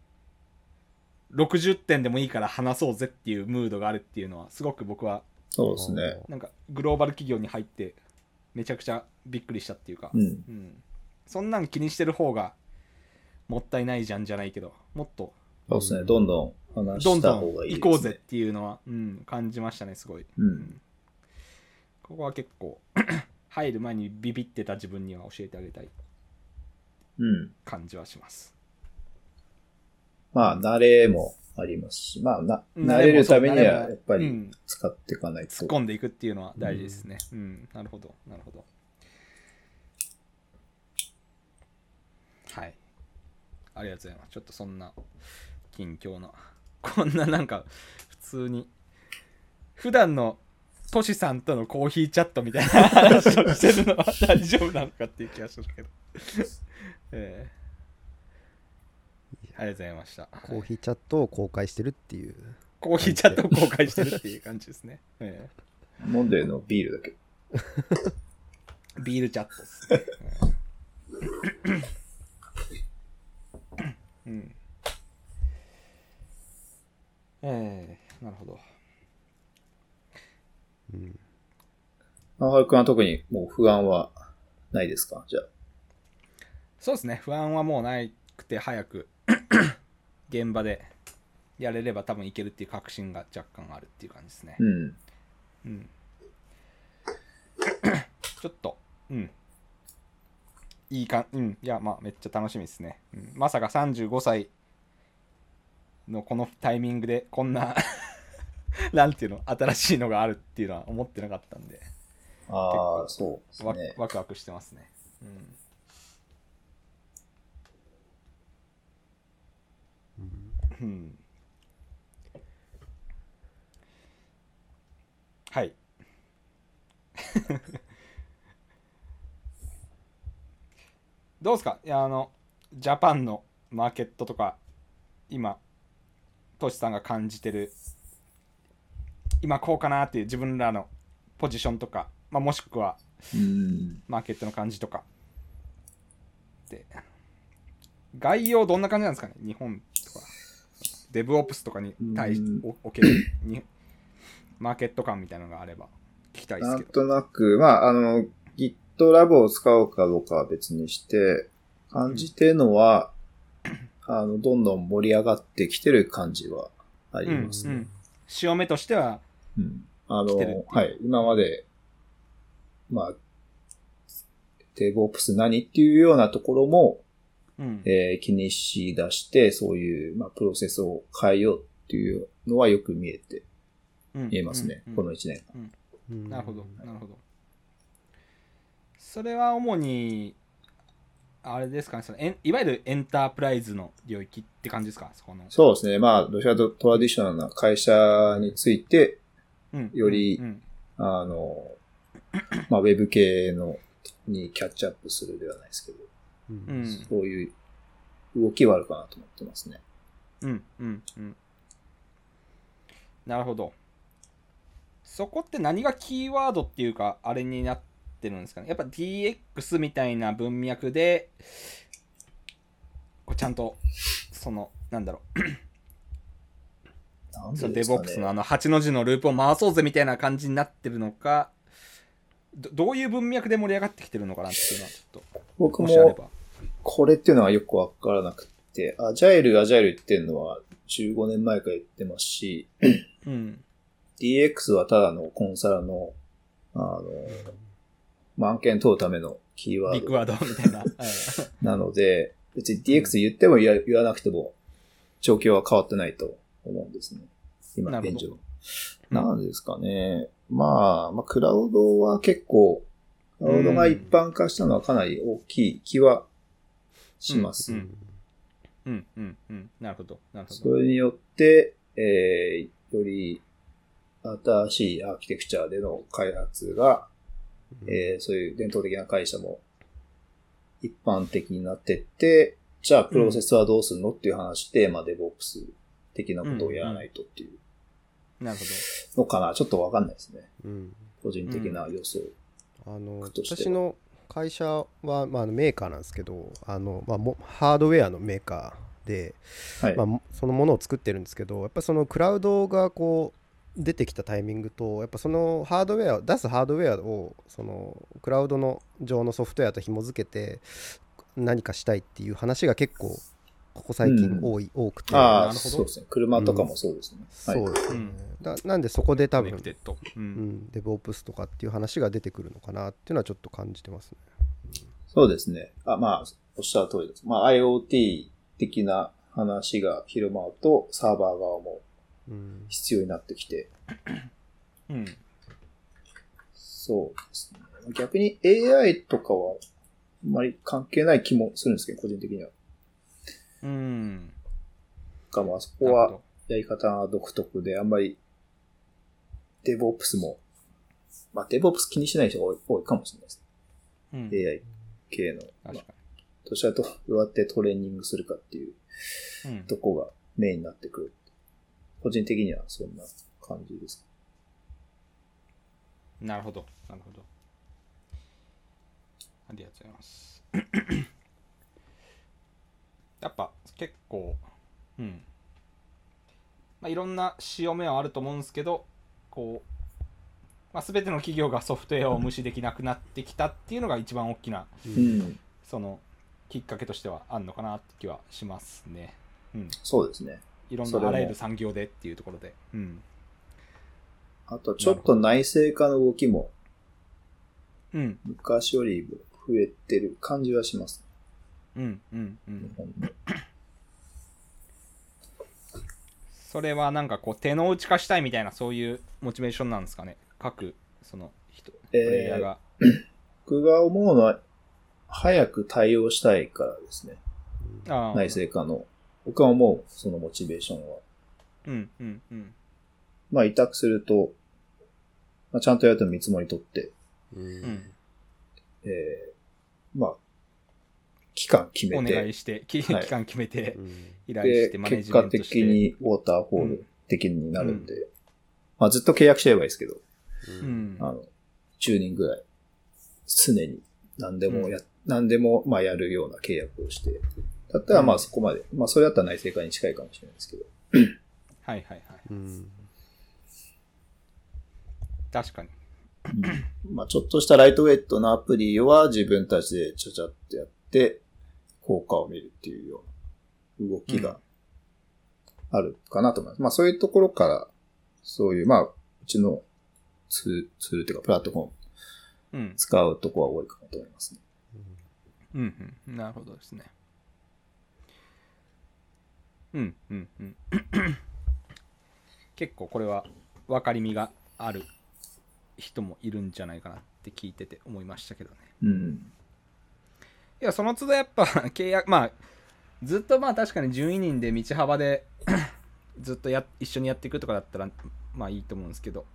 Speaker 1: う60点でもいいから話そうぜっていうムードがあるっていうのはすごく僕は
Speaker 3: そうですね。
Speaker 1: なんかグローバル企業に入ってめちゃくちゃびっくりしたっていうか
Speaker 3: うん。
Speaker 1: うん、そんなん気にしてる方がもったいないじゃんじゃないけどもっと
Speaker 3: そうですね。どんどん話
Speaker 1: どん
Speaker 3: した
Speaker 1: ど
Speaker 3: 方が
Speaker 1: ん
Speaker 3: いいですね、
Speaker 1: 行こうぜっていうのは、うん、感じましたねすごい、
Speaker 3: うん
Speaker 1: ここは結構入る前にビビってた自分には教えてあげたい
Speaker 3: うん。
Speaker 1: 感じはします。
Speaker 3: まあ、慣れもありますし、まあ、な、
Speaker 1: うん
Speaker 3: 慣れるためには、
Speaker 1: 慣れも
Speaker 3: やっぱ
Speaker 1: う
Speaker 3: り
Speaker 1: ん
Speaker 3: 使っていかない
Speaker 1: 突
Speaker 3: と。
Speaker 1: っ込んでいくっていうのは大事ですね。うん、なるほど、なるほど。はい。ありがとうございます。ちょっとそんな近況な、 こんななんか普通に、普段のトシさんとのコーヒーチャットみたい な話をしてるのは大丈夫なのかっていう気がするけど。 えーありがとうございました。
Speaker 2: コーヒーチャットを公開してるっていう
Speaker 1: コーヒーチャットを公開してるっていう感じです ね。えー
Speaker 3: 飲んでるのビールだけ。
Speaker 1: ビールチャットっすね。うん。ええなるほど。
Speaker 2: うん
Speaker 3: まあ、はるくんは特にもう不安はないですかじゃあ。
Speaker 1: そうですね。不安はもうないくて、早く現場でやれれば多分いけるっていう確信が若干あるっていう感じですね
Speaker 3: う。ん。
Speaker 1: うん。ちょっと、うん。いいかん、うん。いや、まあ、めっちゃ楽しみですね。うん、まさか35歳のこのタイミングで、こんな、 なんていうの、新しいのがあるっていうのは思ってなかったんで、
Speaker 3: ああ、そうです
Speaker 1: わ
Speaker 3: ね。
Speaker 1: ワクワクしてますね。うん。
Speaker 2: うん
Speaker 1: うんはい。 どうですかいやあのジャパンのマーケットとか今トシさんが感じてる今こうかなっていう自分らのポジションとか、まあ、もしくは
Speaker 3: うん。
Speaker 1: マーケットの感じとかで概要どんな感じなんですかね日本とかデブオプスとかに対し
Speaker 3: うん
Speaker 1: おおけるにマーケット感みたいなのがあれば聞きたいです
Speaker 3: な
Speaker 1: け
Speaker 3: ん
Speaker 1: ど
Speaker 3: となく、まあ、あの、GitLab を使うかどうかは別にして、感じてるのは、あの、どんどん盛り上がってきてる感じはあります
Speaker 1: う
Speaker 3: ね。
Speaker 1: ん潮目としては
Speaker 3: うんあ
Speaker 1: 来てるってい
Speaker 3: の、
Speaker 1: う
Speaker 3: はい。今まで、まあ、デブオプス何っていうようなところも、
Speaker 1: うん
Speaker 3: えー気にしだして、そういう、まあ、プロセスを変えようっていうのはよく見えて、
Speaker 1: うん
Speaker 3: 見えますね。
Speaker 1: うん
Speaker 3: この1年。
Speaker 2: うん
Speaker 1: なるほどなるほどそれは主にあれですかねそのエンいわゆるエンタープライズの領域って感じですかそこの
Speaker 3: そうですね。まあ、どちらかというとトラディショナルな会社について、
Speaker 1: うん
Speaker 3: より
Speaker 1: うん
Speaker 3: あ の、まあ、ウェブ系の、にキャッチアップするではないですけど、
Speaker 1: う
Speaker 2: う
Speaker 1: んん
Speaker 3: そういう動きはあるかなと思ってますね。
Speaker 1: うんうんうんなるほどそこって何がキーワードっていうかあれになってるんですかねやっぱ DX みたいな文脈でこうちゃんとそのなんだろ
Speaker 3: なん
Speaker 1: うそ
Speaker 3: で
Speaker 1: の
Speaker 3: で
Speaker 1: デ
Speaker 3: す
Speaker 1: ボ
Speaker 3: か
Speaker 1: ックスのあ
Speaker 3: ね。
Speaker 1: の8の字のループを回そうぜみたいな感じになってるのかどどういう文脈で盛り上がってきてるのかなっていうのはちょっ
Speaker 3: 僕
Speaker 1: ともしあれ
Speaker 3: も、
Speaker 1: ば
Speaker 3: これっていうのはよくわからなくて、アジャイル、アジャイル言ってるのは15年前から言ってますし、
Speaker 1: うん、
Speaker 3: DX はただのコンサルの、あの、まあ案件問うためのキーワ
Speaker 1: ビ
Speaker 3: ー
Speaker 1: ッ
Speaker 3: ド
Speaker 1: グワードみたいな、 はい
Speaker 3: なので、別に DX 言っても言わ言わなくても、状況は変わってないと思うんですね。今、
Speaker 1: なるほ
Speaker 3: 現
Speaker 1: ど
Speaker 3: 状。
Speaker 1: うん
Speaker 3: なんですかね。まあ、まあ、クラウドは結構、クラウドが一般化したのはかなり大きい気はします。
Speaker 1: うんうんうんうんなるほどなるほど
Speaker 3: それによって、えー、より新しいアーキテクチャでの開発が、えーそういう伝統的な会社も一般的になってって、じゃあプロセスはどうするのっていう話で、まあデボップス的なことをやらないとっていう
Speaker 1: なるほど
Speaker 3: のかな。ちょっとわかんないですね。
Speaker 2: うん
Speaker 3: 個人的な予想。
Speaker 2: あの
Speaker 3: として
Speaker 2: 私
Speaker 3: は
Speaker 2: の会社は、まあ、あのメーカーなんですけどあの、まあ、もハードウェアのメーカーで、
Speaker 3: はい。
Speaker 2: まあ、もそのものを作ってるんですけどやっぱそのクラウドがこう出てきたタイミングとやっぱそのハードウェア出すハードウェアをそのクラウドの上のソフトウェアと紐付けて何かしたいっていう話が結構ここ最近多い、多くて
Speaker 3: あ
Speaker 1: なるほ
Speaker 3: あ、
Speaker 1: ど
Speaker 3: そうですね。車とかもそうですね。はい。
Speaker 2: そうですね、
Speaker 1: うん
Speaker 2: だなんでそこで多
Speaker 1: コネ
Speaker 2: 分
Speaker 1: ク、テッドう
Speaker 2: うんん、デブオプスとかっていう話が出てくるのかなっていうのはちょっと感じてますね。
Speaker 3: そうですね。あまあ、おっしゃる通りです。まあ、IoT 的な話が広まると、サーバー側も
Speaker 2: うん
Speaker 3: 必要になってきて、
Speaker 1: うん。
Speaker 3: そうですね。逆に AI とかは、あんまり関係ない気もするんですけど、個人的には。
Speaker 1: うん。
Speaker 3: かまあ、そこ
Speaker 1: なるほ
Speaker 3: は
Speaker 1: ど
Speaker 3: やり方が独特で、あんまり、DevOps も、まあ、DevOps 気にしない人が多い多いかもしれないです
Speaker 1: うん。
Speaker 3: ね。AI 系の。まあ
Speaker 1: 確か
Speaker 3: どちらとどうやってトレーニングするかっていう
Speaker 1: に。うん
Speaker 3: とこがメインになってくる。個人的にはそんな感じです。
Speaker 1: なるほど。なるほど。ありがとうございます。 やっぱ結構、うん。まあ、いろんな潮目はあると思うんですけど、こう、まあ、全ての企業がソフトウェアを無視できなくなってきたっていうのが一番大きな、
Speaker 2: う
Speaker 3: うんん。
Speaker 1: その、きっかけとしてはあるのかなって気はしますね。うん。
Speaker 3: そうですね。
Speaker 1: いろん
Speaker 3: それ
Speaker 1: な
Speaker 3: も
Speaker 1: あらゆる産業でっていうところで。うん。
Speaker 3: あと、ちょっと内製化の動きも
Speaker 1: うん。
Speaker 3: 昔より増えてる感じはします。
Speaker 1: うん。うん。う
Speaker 3: 日
Speaker 1: ん。
Speaker 3: 本
Speaker 1: それはなんかこう手の内化したいみたいなそういうモチベーションなんですかね各その人プ
Speaker 3: えー
Speaker 1: レイヤーが、
Speaker 3: 僕が思うのは、早く対応したいからですね。
Speaker 1: ああ
Speaker 3: 内製化の。僕は思う、そのモチベーションは。
Speaker 1: うんうんうん
Speaker 3: まあ、委託すると、まあ、ちゃんとやると見積もり取って、
Speaker 2: うん
Speaker 1: うん
Speaker 3: えー、まあ、期間決
Speaker 1: お
Speaker 3: め
Speaker 1: 願い
Speaker 3: て、
Speaker 1: してき期
Speaker 3: はい
Speaker 1: 間決めて
Speaker 2: うん
Speaker 1: 依頼し
Speaker 3: で
Speaker 1: て、マネ
Speaker 3: 結
Speaker 1: ジメ
Speaker 3: 果
Speaker 1: ントして
Speaker 3: 的にウォーターホール的になるんで、
Speaker 1: う
Speaker 3: まあ、ずっと契約してればいいですけど、
Speaker 1: う
Speaker 2: う
Speaker 1: ん
Speaker 2: ん
Speaker 3: あの、10人ぐらい、常に何でもや、何でも、まあ、やるような契約をして、だったら、ま
Speaker 1: う
Speaker 3: あ、
Speaker 1: ん
Speaker 3: そこまで、まあ、それだったら内製化に近いかもしれないですけど、
Speaker 1: はいはいはい
Speaker 2: うん
Speaker 1: 確かに
Speaker 3: まあ、ちょっとしたライトウェイトなアプリは自分たちでちゃちゃっとやって、効果を見るっていうような動きがあるかなと思います。まあ、そういうところから、そういう、まあ、うちのツール、ツールっていうか、プラットフォーム
Speaker 1: うん
Speaker 3: 使うとこは多いかなと思いますね。
Speaker 1: うんうんなるほどですねうんうんうん 結構これは分かりみがある人もいるんじゃないかなって聞いてて思いましたけどね
Speaker 3: うん。
Speaker 1: いや、その都度やっぱ 契約、まあ、ずっとまあ確かに12人で道幅で ずっとや一緒にやっていくとかだったら、まあいいと思うんですけど、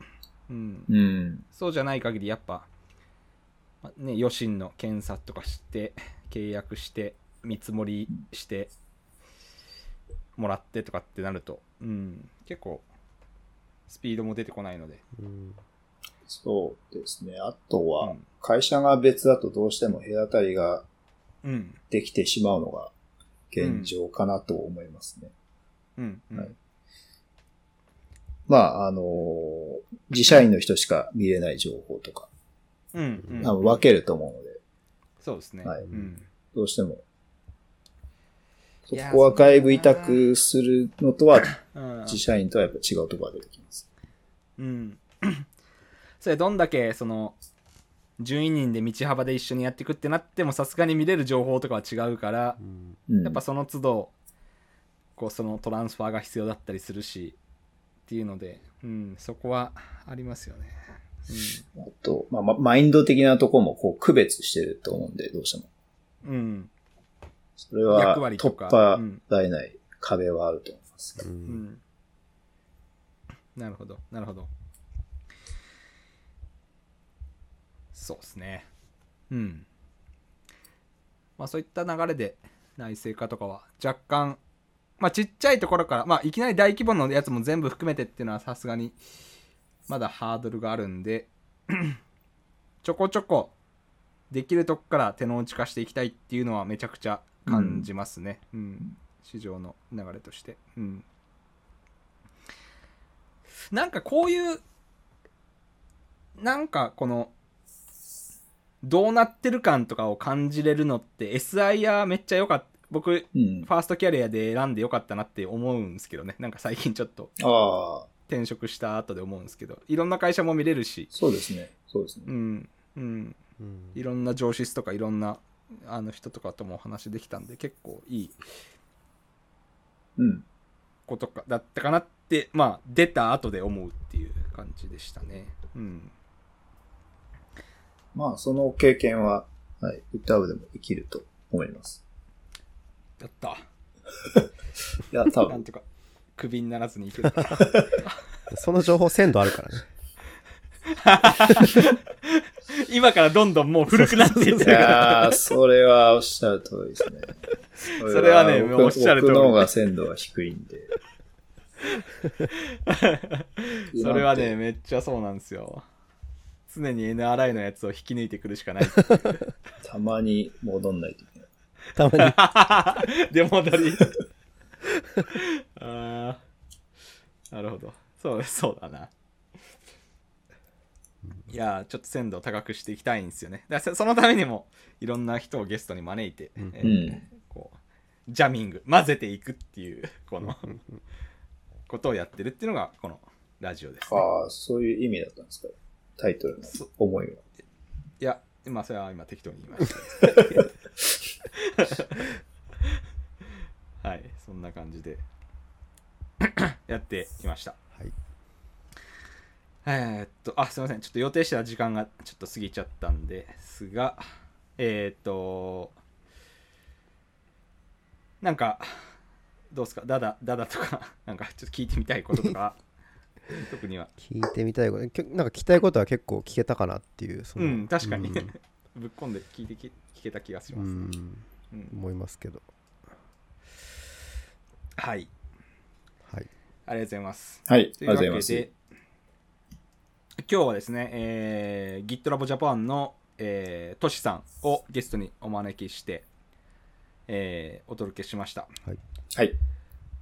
Speaker 1: うん、
Speaker 3: うん。
Speaker 1: そうじゃない限りやっぱ、まあね、余震の検査とかして、契約して、見積もりして、もらってとかってなると、うん、結構、スピードも出てこないので、
Speaker 2: うん
Speaker 3: そうですね。あと
Speaker 1: う
Speaker 3: は、
Speaker 1: ん、
Speaker 3: 会社が別だとどうしても隔たりが
Speaker 1: うん、
Speaker 3: できてしまうのが現状かなと思いますね。
Speaker 1: うん、うん、
Speaker 3: はいまあ、あの自社員の人しか見れない情報とか、
Speaker 1: うん、うん
Speaker 3: あの分けると思うので、
Speaker 1: そうですね。
Speaker 3: はい
Speaker 1: うん
Speaker 3: どうしても。そ
Speaker 1: いやー
Speaker 3: こは外部委託するのとは、
Speaker 1: うん
Speaker 3: 自社員とはやっぱ違うところが出てきます。
Speaker 1: うん。 それどんだけその12人で道幅で一緒にやっていくってなってもさすがに見れる情報とかは違うから
Speaker 2: うん
Speaker 3: うん、
Speaker 1: やっぱその都度こうそのトランスファーが必要だったりするしっていうので、うん、そこはありますよね。
Speaker 3: あと、まあ、まマインド的なところもこう区別してると思うんで、どうしても。
Speaker 1: うん。うん
Speaker 3: それは
Speaker 1: 役割と
Speaker 3: 突
Speaker 1: か
Speaker 3: 破
Speaker 1: うん
Speaker 3: られない壁はあると思います。
Speaker 2: う
Speaker 1: うんん。なるほど、なるほど。そうですね。うん。まあそういった流れで内製化とかは若干、まあちっちゃいところから、まあいきなり大規模のやつも全部含めてっていうのはさすがにまだハードルがあるんで、 ちょこちょこできるとこから手の内化していきたいっていうのはめちゃくちゃ感じますね。うん。市場の流れとして。うん。なんかこういう、なんかこの、どうなってる感とかを感じれるのって SIR めっちゃ良かった。僕、フ
Speaker 3: うん。あ
Speaker 1: ァーストキャリアで選んで良かったなって思うんですけどね。なんか最近ちょっと
Speaker 3: あ、
Speaker 1: 転職した後で思うんですけど、いろんな会社も見れるし、
Speaker 3: そうですね。そうですね
Speaker 1: う。ん、うん、
Speaker 2: うん
Speaker 1: いろんな上司とかいろんなあの人とかともお話できたんで結構いい
Speaker 3: うん。
Speaker 1: ことかだったかなってまあ出た後で思うっていう感じでしたねうん
Speaker 3: まあ、その経験は、はい、GitHub でも生きると思います。
Speaker 1: やった
Speaker 3: いや、多
Speaker 1: なん
Speaker 3: 分。
Speaker 1: とかクビにならずにいける かな
Speaker 2: その情報鮮度あるからね。
Speaker 1: 今からどんどんもう古くなっていって
Speaker 3: い
Speaker 1: るから
Speaker 3: やーそれはおっしゃる通りですね。
Speaker 1: それはね
Speaker 3: 僕
Speaker 1: もうおっしゃる通り
Speaker 3: 僕の方が鮮度が低いん で。
Speaker 1: それはねめっちゃそうなんですよ常に NRI のやつを引き抜いてくるしかない
Speaker 3: たまに戻んないといけない。
Speaker 2: たまに。
Speaker 1: 出戻りあーなるほどそうそうだないやーちょっと鮮度を高くしていきたいんですよねだからそそのためにもいろんな人をゲストに招いて、
Speaker 2: うん
Speaker 1: え
Speaker 3: う
Speaker 1: ー
Speaker 3: ん。
Speaker 1: こうジャミング混ぜていくっていうこのことをやってるっていうのがこのラジオです、ね、
Speaker 3: ああ、そういう意味だったんですか。タイトルの思いは。
Speaker 1: いや、まあ、それは今適当に言いま した。はい、そんな感 じでやってきました。
Speaker 2: はい。
Speaker 1: えーっと、あ、すいません。ちょっと予定してた時間がちょっと過ぎちゃったんですが、えーっと、なんか、どうですかダダ、ダダとか、 なんかちょっと聞いてみたいこととか、 特には。
Speaker 2: 聞いてみたいこと、きょなんか聞きたいことは結構聞けたかなっていう。その
Speaker 1: うん、確かに。
Speaker 2: うん
Speaker 1: ぶっこんで聞いてき聞けた気がし
Speaker 2: う
Speaker 1: ます。
Speaker 2: ん、
Speaker 1: うん
Speaker 2: 思いますけど。
Speaker 1: はい。
Speaker 2: は
Speaker 1: あ
Speaker 2: い。
Speaker 1: りがとうございます。
Speaker 3: はい、あり
Speaker 1: とい
Speaker 3: が
Speaker 1: う
Speaker 3: とう
Speaker 1: わ
Speaker 3: ご
Speaker 1: け
Speaker 3: ざ
Speaker 1: で
Speaker 3: います。
Speaker 1: 今日はですね、えー GitLab Japan の、えー、トシさんをゲストにお招きして、えーお届けしました。
Speaker 3: はい。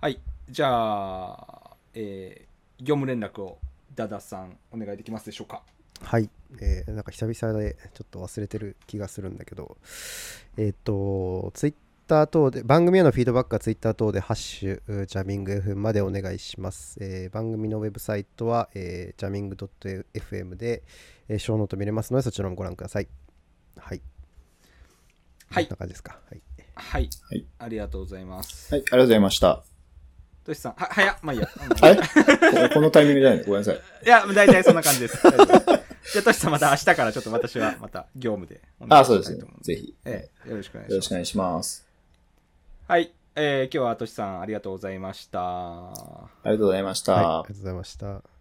Speaker 1: はい。じゃあ、えー業務連絡をダダさんお願いできますでしょうか。
Speaker 2: はい、えーなんか久々でちょっと忘れてる気がするんだけど、えっ、と、ツイッター等で、番組へのフィードバックはツイッター等で、ハッシュ、うージャミング FM までお願いします。えー番組のウェブサイトは、えー、ジャミング .fm で、えー、ショーノート見れますので、そちらもご覧ください。はい。
Speaker 1: はい
Speaker 2: こんな感じですか。はい。
Speaker 1: はい。
Speaker 3: はい
Speaker 1: ありがとうございます。
Speaker 3: はい、ありがとうございました。
Speaker 1: トシさん、は、早っ、まあい いや。
Speaker 3: あれここのタイミングじゃないのごめんなさい。
Speaker 1: いや、大体そんな感じです。大丈夫ですじゃあ、トシさんまた明日からちょっと私はまた業務でお
Speaker 3: あ
Speaker 1: 願
Speaker 3: あ、
Speaker 1: い
Speaker 3: そうで
Speaker 1: し
Speaker 3: す
Speaker 1: たい
Speaker 3: ね
Speaker 1: と思う。ので。
Speaker 3: ぜひ。
Speaker 1: ええ、よろしくお願いし
Speaker 3: よ
Speaker 1: ます
Speaker 3: ろしく。お願いします。
Speaker 1: はい、えー今日はとしさんありがとうございました。
Speaker 3: ありがとうございました。
Speaker 2: はい、ありがとうございました。